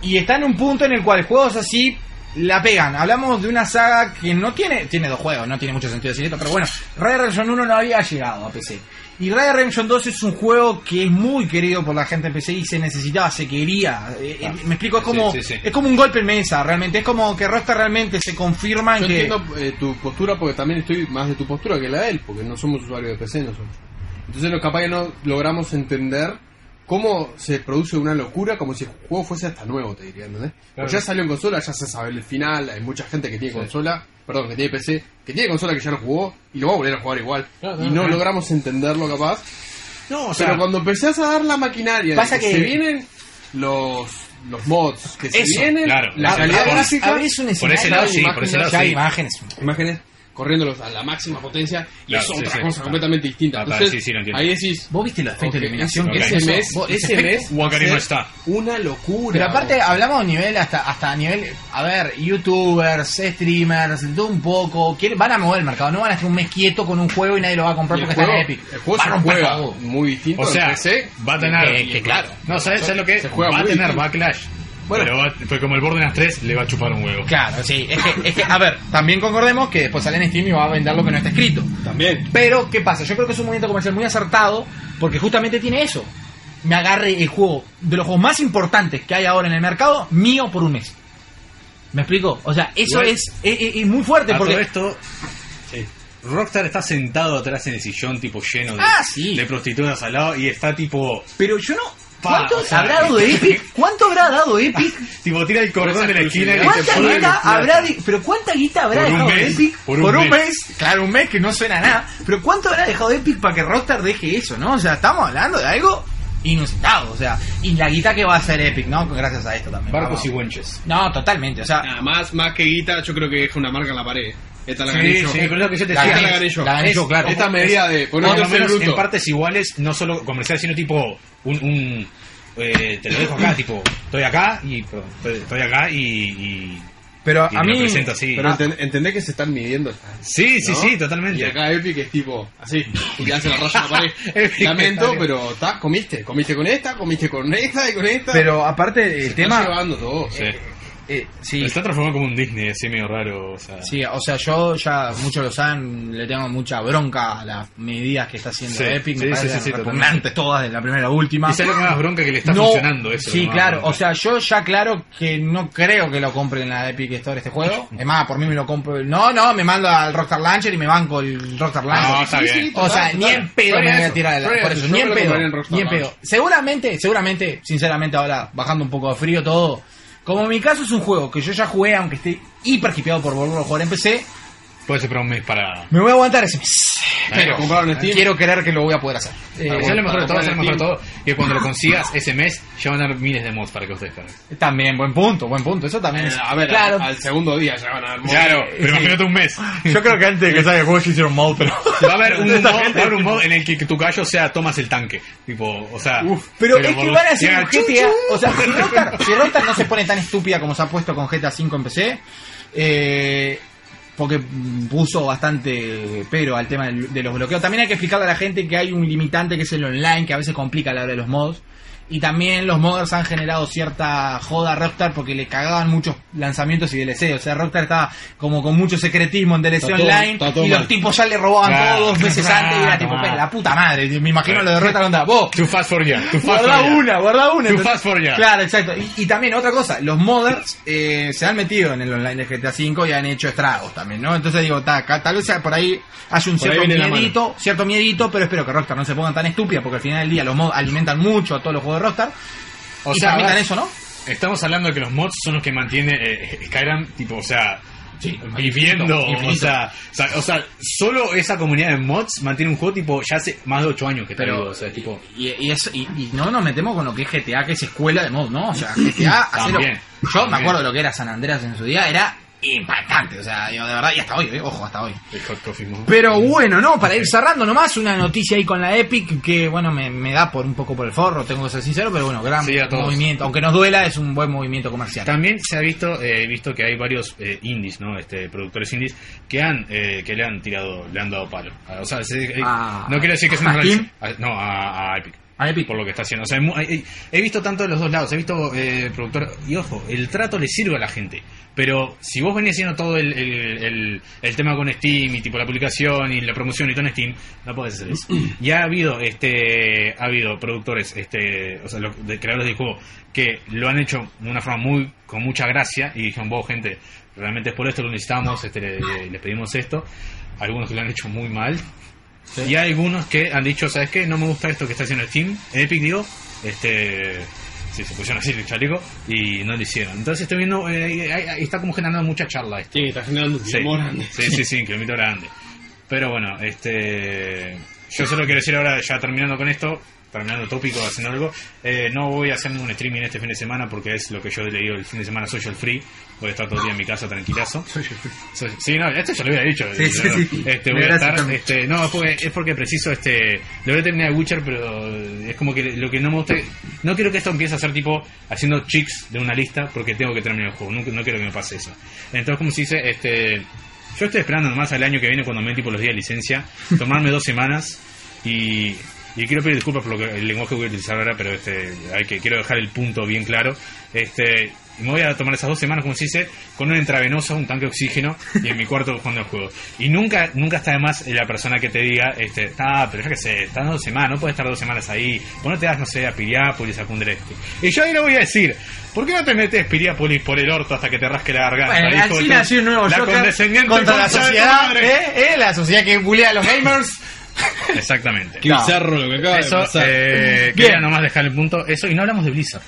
C: Y está en un punto en el cual juegos así la pegan. Hablamos de una saga que no tiene. Tiene dos juegos, no tiene mucho sentido decir esto, pero bueno. Red Dead Redemption 1 no había llegado a PC. Y Red Dead Redemption 2 es un juego que es muy querido por la gente en PC y se necesitaba, se quería. Eh, eh, me explico, es
A: Ah,
C: como,
A: sí, sí.
C: es como un golpe en mesa, realmente. Es como que Rockstar realmente se confirma en
B: Yo
C: que.
B: entiendo eh, tu postura porque también estoy más de tu postura que la de él, porque no somos usuarios de PC nosotros. Entonces lo capaz que no logramos entender cómo se produce una locura como si el juego fuese hasta nuevo, te diría, ¿entendés?
A: Claro.
B: O ya salió en consola, ya se sabe el final, hay mucha gente que tiene consola, perdón, que tiene PC, que tiene consola que ya lo jugó y lo va a volver a jugar igual.
A: Claro,
B: y
A: claro,
B: no
A: claro.
B: logramos entenderlo capaz.
C: No, o
B: pero cuando empezás a dar la maquinaria, de
C: Pasa
B: que
C: que-
B: se vienen los los mods, que se
C: Eso,
B: vienen
A: claro.
B: la
A: Ah,
B: calidad
A: abrís-
B: gráfica,
C: abrís un
A: Por ese lado sí, por ese lado
C: Ya hay
A: sí.
C: imágenes.
B: imágenes corriéndolos a la máxima potencia y
A: Claro,
B: es
A: sí,
B: otra
A: sí.
B: cosa
A: Ah,
B: completamente distinta.
A: ah,
B: Entonces,
A: sí, sí, lo entiendo.
B: ahí decís,
C: ¿Vos viste los efectos
B: ok,
C: de iluminación
A: ok.
C: que es
B: ese
C: eso?
B: mes,
C: Vos-
B: ese
C: efecto-
B: mes va a
A: Guacarino
B: ser
A: está.
B: una locura.
C: Pero aparte
B: vos.
C: hablamos a nivel hasta hasta a nivel, a ver, youtubers, streamers, de todo un poco, quieren- van a mover el mercado, no van a hacer un mes quieto con un juego y nadie lo va a comprar
B: Y el
C: porque
B: juego,
C: está en Epic.
B: el juego
C: Va a
B: se
C: romper
B: juega
C: todo.
B: muy distinto.
A: O sea,
B: en PC,
A: va a tener.
C: Que- que claro.
A: No, ¿sabes, ¿sabes lo que es?
B: Se juega
A: va a
B: muy
A: tener
B: distinto.
A: backlash.
B: Bueno.
A: Pero va- pues como el Borderlands 3 le va a chupar un huevo.
C: Claro, sí, es que, es que, a ver, también concordemos que después sale en Steam y va a vender lo que no está escrito.
B: también.
C: Pero, ¿qué pasa? Yo creo que es un movimiento comercial muy acertado porque justamente tiene eso. Me agarre el juego de los juegos más importantes que hay ahora en el mercado, mío por un mes. ¿Me explico? O sea, eso
A: Igual-
C: es, es- es- es muy fuerte
A: A todo
C: porque...
A: esto, Rockstar está sentado atrás en el sillón, tipo lleno de,
C: Ah, sí.
A: de prostitutas al lado, y está tipo.
C: Pero yo no...
A: Pa,
C: ¿Cuánto
A: o sea,
C: habrá dado de Epic? ¿Cuánto habrá dado Epic?
A: Tipo, tira el cordón de la esquina y te
C: ¿Cuánta
A: pone
C: guita
A: el-
C: habrá de- pero cuánta guita habrá
A: Por un
C: dejado
A: mes,
C: Epic
A: por un mes.
C: Claro, un mes que no suena a nada. Pero cuánto habrá dejado Epic para que Rockstar deje eso, ¿no? O sea, estamos hablando de algo inusitado, o sea, y la guita que va a hacer Epic, ¿no? Gracias a esto también.
A: Barcos
C: vamos.
A: y wenches.
C: No, totalmente, o sea,
B: Nada más, más que guita, yo creo que deja una marca en la pared. Esta la
A: Sí,
B: gané yo.
A: sí, pero es lo que yo te
C: La
A: decía.
B: Esta la gané yo.
C: La gané yo, claro.
B: Esta medida de
A: Por
B: poner
A: lo menos en
B: bruto.
A: partes iguales, no solo comercial, sino tipo un... un, eh, te lo dejo acá, tipo, estoy acá y... perdón, estoy, estoy acá y... y-
C: pero
A: y
C: a
A: lo
C: mí
A: presento así.
B: Pero enten- entendés que se están midiendo estas
A: sí, sí,
B: ¿no?
A: sí,
B: Y
A: totalmente.
B: acá Epic es tipo, así, y le hace la raya a la pared. Lamento, pero ta, comiste, comiste con esta, comiste con esta y con esta.
C: pero aparte el
B: tema
C: tema
B: llevando todo.
A: Sí.
C: eh, sí,
A: Pero Está transformado como un Disney, así medio raro. O sea,
C: Sí, o sea, yo ya, muchos lo saben, le tengo mucha bronca a las medidas que está haciendo
A: Sí,
C: Epic, me
A: sí,
C: parecen
A: sí, sí, sí,
C: repugnantes todas, de la primera a la última.
A: Y sale con más bronca que le está
C: No,
A: funcionando eso.
C: Sí,
A: ¿no?
C: claro, o sea, yo ya claro que no creo que lo compren en la Epic Store este juego. Es más, por mí me lo compro. No, no, me mando al Rockstar Launcher y me banco el
A: Ah,
C: Rockstar Launcher.
A: No, está bien.
C: O sea, ni en pedo me voy a tirar de la- Por eso, ni en pedo. Ni en pedo. Seguramente, seguramente, sinceramente, ahora bajando un poco de frío todo. Como en mi caso es un juego que yo ya jugué, aunque esté hiper hipeado por volverlo a jugar en PC,
A: Puede ser para un mes para...
C: me voy a aguantar ese mes.
B: Pero compraron Steam. eh,
C: Quiero creer que lo voy a poder hacer. Eh,
A: Pero ya lo mejor de todo,
B: para
A: ya lo mejor de
B: Steam.
A: todo, que cuando lo consigas ese mes, ya van a haber miles de mods para que ustedes descarguen.
C: también, buen punto, buen punto. Eso también
B: Eh,
C: es.
B: a ver,
C: claro.
B: al, al segundo día ya van a dar
A: Claro, pero
C: sí.
A: imagínate un mes.
C: Yo creo que antes de que salga el juego ya hicieron mod, pero.
A: Va a haber un mod, va a haber un mod en el que tu gallo sea Tomas el tanque. Tipo, o sea.
C: Pero, es
A: por
C: que
A: lo-
C: van a hacer
A: llega
C: un
A: chu,
C: GTA.
A: chu.
C: O sea, si Rockstar, si Rockstar no se pone tan estúpida como se ha puesto con GTA V en PC, eh, porque mm, puso bastante pero al tema del- de los bloqueos. También hay que explicarle a la gente que hay un limitante que es el online, que a veces complica a la hora de los mods. Y también los modders han generado cierta joda a Rockstar porque le cagaban muchos lanzamientos y DLC. O sea, Rockstar estaba como con mucho secretismo en DLC
B: Está todo-
C: online
B: está todo
C: y los
B: mal.
C: tipos ya le robaban
A: Claro.
C: todo dos meses antes y era tipo,
A: Claro.
C: la puta madre. Me imagino lo de Rockstar onda, vos,
A: Too fast for ya. Too fast
C: Guarda
A: for ya.
C: una, guarda una.
A: Too
C: ¿entendés?
A: fast for ya.
C: Claro, exacto. Y, y también otra cosa, los modders eh, se han metido en el online de GTA V y han hecho estragos también, ¿no? Entonces digo, ta, acá tal vez sea por ahí hay un
B: Por ahí
C: cierto
B: viene la
C: miedito, cierto miedito, pero espero que Rockstar no se pongan tan estúpida porque al final del día los mods alimentan mucho a todos los juegos de Rockstar.
A: O
C: y
A: sea,
C: permitan
A: va-
C: eso, ¿no?
A: Estamos hablando de que los mods son los que mantiene eh, Skyrim, tipo, o sea,
C: Sí,
A: viviendo.
C: infinito.
A: O, sea, o sea, o sea, solo esa comunidad de mods mantiene un juego tipo ya hace más de 8 años que está
C: Pero,
A: vivo, o sea, tipo,
C: Y, y eso- y- y no nos metemos con lo que es GTA, que es escuela de mod, ¿no? O sea, GTA, hacerlo.
A: También,
C: Yo me
A: también.
C: acuerdo lo que era San Andreas en su día, era impactante, o sea, yo de verdad, y hasta hoy, eh, ojo, hasta hoy.
A: el Hot Coffee Mod.
C: Pero bueno, no, para ir cerrando nomás, una noticia ahí con la Epic que, bueno, me, me da por un poco por el forro, tengo que ser sincero, pero bueno, gran
A: Sí, a todos.
C: movimiento. Aunque nos duela, es un buen movimiento comercial.
A: También se ha visto, eh, visto que hay varios eh, indies, ¿no? Este, productores indies que han, eh, que le han tirado, le han dado palo. O sea, se- eh,
C: Ah.
A: no quiero decir que es una
C: ¿A quién?
A: realiza- a- No, a, a Epic.
C: A Epic.
A: Por lo que está haciendo. O sea, hay mu- hay- hay- he visto tanto de los dos lados. He visto eh, productor. Y ojo, el trato le sirve a la gente. Pero si vos venís haciendo todo el, el, el- el tema con Steam y tipo la publicación y la promoción y todo en Steam, no podés hacer eso. Ya ha habido este ha habido productores, este, o sea, los de creadores de juego que lo han hecho de una forma muy con mucha gracia y dijeron, vos gente, realmente es por esto lo necesitamos, este, le- le- les pedimos esto. Algunos que lo han hecho muy mal, y hay algunos que han dicho, ¿sabes qué? No me gusta esto que está haciendo Steam, Epic, digo, este. Sí, se pusieron así el chaleco y no lo hicieron. Entonces estoy viendo, eh, hay- hay- está como generando mucha charla esto.
B: Sí, está generando un
A: Sí,
B: rumor grande.
A: sí, sí, sí, un kilómetro grande. Pero bueno, este. Yo solo quiero decir ahora, ya terminando con esto, terminando tópico, haciendo algo, eh, no voy a hacer ningún streaming este fin de semana porque es lo que yo he leído el fin de semana, soy el free. Voy a estar todo el día en mi casa tranquilazo. Soy- Sí, no, esto ya lo había dicho.
D: Sí, sí, sí.
A: Este,
D: Me
A: voy a
D: gracias
A: estar,
D: también.
A: este, no, es porque, es porque preciso, este, lo voy a terminar de Witcher, pero es como que lo que no me gusta, no quiero que esto empiece a ser tipo haciendo chicks de una lista porque tengo que terminar el juego, no, no quiero que me pase eso. Entonces, como se dice, este, yo estoy esperando nomás al año que viene cuando me den tipo los días de licencia, tomarme dos semanas y, y quiero pedir disculpas por lo que- el lenguaje que voy a utilizar ahora, pero este, hay que, quiero dejar el punto bien claro. Este, me voy a tomar esas dos semanas, como se dice, con una intravenosa, un tanque de oxígeno y en mi cuarto jugando al juego. Y nunca nunca está de más la persona que te diga, este, ah, pero ya que sé, estás dos semanas, no puedes estar dos semanas ahí, vos no te das, no sé, a Piriápolis, a Cundereste. Y yo ahí lo voy a decir, ¿por qué no te metes Piriápolis por el orto hasta que te rasque la garganta?
C: Bueno,
A: hijo
C: al
A: de
C: fin
A: tu-
C: ha sido un nuevo
A: la
C: Joker
A: condescendiente
C: contra la
A: concha de tu
C: sociedad,
A: madre.
C: ¿eh? ¿Eh? La sociedad que bulea a los gamers.
A: Exactamente.
B: Qué
C: No.
B: bizarro lo que acaba de
A: Eso,
B: pasar.
A: eh, quería nomás dejar el punto. Eso, y no hablamos de Blizzard.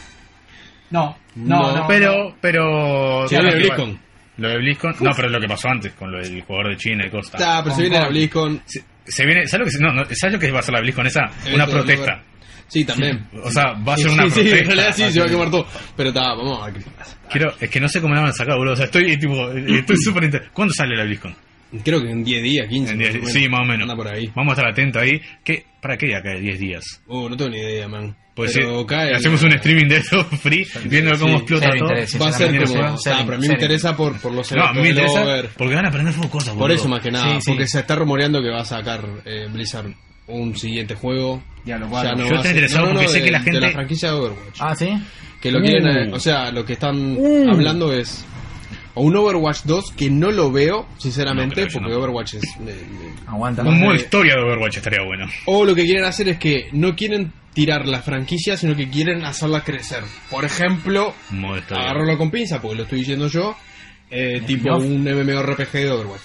C: No, no, no.
A: pero, pero.
B: Sí, lo de
A: igual.
B: BlizzCon.
A: Lo de BlizzCon. No, pero es lo que pasó antes con lo del jugador de China y Costa.
B: Está, pero se viene la BlizzCon.
A: Se, se viene. ¿sabes lo, que, no, no, ¿Sabes lo que va a ser la BlizzCon esa? Una
B: Evento de
A: protesta.
B: Sí, también.
A: O sea, va a
B: Sí,
A: ser una
B: sí, sí,
A: protesta.
B: en realidad sí,
A: Va a
B: se va a
A: ser-
B: quemar todo. Pero está, vamos a ver qué pasa.
A: Quiero, es que no sé cómo la van a sacar, boludo. O sea, estoy tipo. Estoy súper. inter- ¿Cuándo sale la BlizzCon?
B: Creo que en 10 días, 15.
A: En diez-
B: más o menos.
A: sí, más o menos.
B: Anda por ahí.
A: Vamos a estar atentos ahí. ¿Qué, ¿Para qué acá de 10 días?
B: Oh, no tengo ni idea, man.
A: Pues
B: Pero
A: sí,
B: cae
A: hacemos
B: la-
A: un streaming de eso free, viendo cómo
B: Sí,
A: explota
C: cero
A: todo.
C: interés,
B: Va a ser
A: Sinceramente,
B: como.
A: no
B: o
C: sé.
B: sea, pero a mí me
C: Serio.
B: interesa por, por los
A: No, a mí me
B: eventos que luego va a
A: interesa
B: haber.
A: porque van a aprender cosas.
B: Por
A: boludo.
B: eso más que nada,
C: Sí, sí.
B: porque se está rumoreando que va a sacar eh, Blizzard un siguiente juego.
C: Ya lo
B: Ya
C: guardo.
B: no
A: Yo
B: va a
A: estoy
B: ser-
A: interesado porque sé
B: de-
A: que la gente- Mm.
B: de la franquicia de Overwatch.
C: Ah, sí.
B: Que lo quieren, eh, o sea, lo que están hablando es o un Overwatch 2 que no lo veo, sinceramente,
A: No, pero yo
B: porque
A: no.
B: Overwatch es eh, eh,
C: Aguanta.
A: Un modo historia de Overwatch estaría bueno.
B: o lo que quieren hacer es que no quieren tirar la franquicia, sino que quieren hacerla crecer. Por ejemplo,
A: Un modo historia.
B: agarrarlo con pinza, porque lo estoy diciendo yo, eh, tipo
C: spin-off.
B: un MMORPG de Overwatch.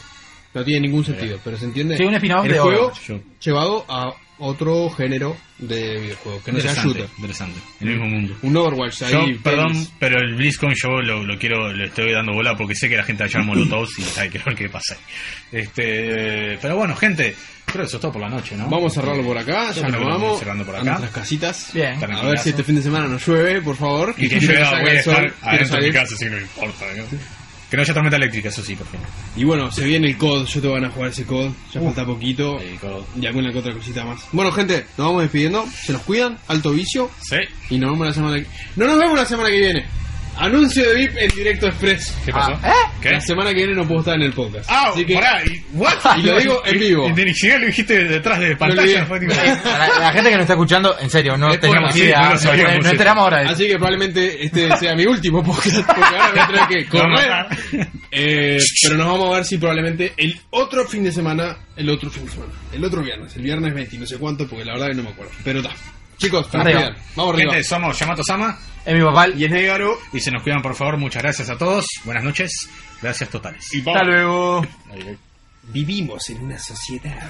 B: No tiene ningún sentido, pero se entiende.
C: Sí, un spin-off
B: El
C: de
B: juego
C: Overwatch.
A: Yo-
B: llevado a otro género de videojuegos, que no sea
A: interesante,
B: shooter.
A: interesante. El mismo mundo.
B: Un Overwatch ahí.
A: Yo,
B: tenis.
A: perdón, pero el BlizzCon yo lo, lo quiero, le estoy dando bola porque sé que la gente va a echar molotovs y hay que ver qué pasa ahí. Este, pero bueno, gente, creo que eso es todo por la noche, ¿no?
B: Vamos a cerrarlo por acá,
A: Yo
B: ya
A: creo
B: nos
A: que lo
B: vamos.
A: vamos cerrando por
B: a
A: acá.
B: nuestras casitas.
C: Bien.
B: A ver
A: Tranquilazo.
B: si este fin de semana no llueve, por favor.
A: Y que
B: Quiero
A: llueva,
B: salga
A: voy
B: el
A: a estar
B: sol, quiero
A: adentro de mi
B: salir.
A: casa, si no importa. ¿no? Que no haya tormenta eléctrica, eso sí, por favor.
B: Y bueno, se viene el COD, yo te van a jugar ese COD, ya falta poquito.
A: Eh, con-
B: Y alguna que otra cosita más. Bueno, gente, nos vamos despidiendo. Se nos cuidan, alto vicio.
A: Sí,
B: Y nos vemos la semana que No nos vemos la semana que viene. Anuncio de VIP en directo express.
A: ¿qué pasó?
C: Ah, ¿eh?
A: ¿Qué?
B: La semana que viene no puedo estar en el podcast.
A: Ah,
B: Así que
A: pará, y, what?
B: Y lo digo en vivo.
A: Y ni siquiera lo dijiste detrás de pantalla.
B: olvidé.
A: fue tipo- "Ah".
C: Para la gente que nos está escuchando, en serio, no
A: Es
C: teníamos
A: por- sí, Ah,
C: idea.
A: no lo
C: No,
A: sabíamos
C: no
A: eso.
C: enteramos ahora de
B: Así que probablemente este sea mi último podcast, porque ahora voy a tener que correr. Eh, pero nos vamos a ver si probablemente el otro fin de semana, el otro fin de semana, el otro viernes, el viernes 20, no sé cuánto, porque la verdad que no me acuerdo. Pero está. Chicos, se nos
C: Arriba.
B: cuidan. vamos arriba.
A: Gente, somos Yamato Sama
C: Es mi papá.
B: Y es Negaro.
A: y se nos cuidan, por favor. Muchas gracias a todos. Buenas noches. Gracias totales.
C: Hasta luego.
B: Vivimos en una sociedad.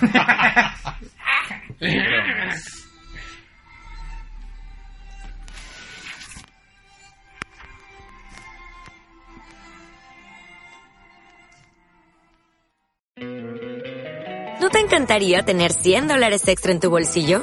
E: ¿No te encantaría tener 100 dólares extra en tu bolsillo?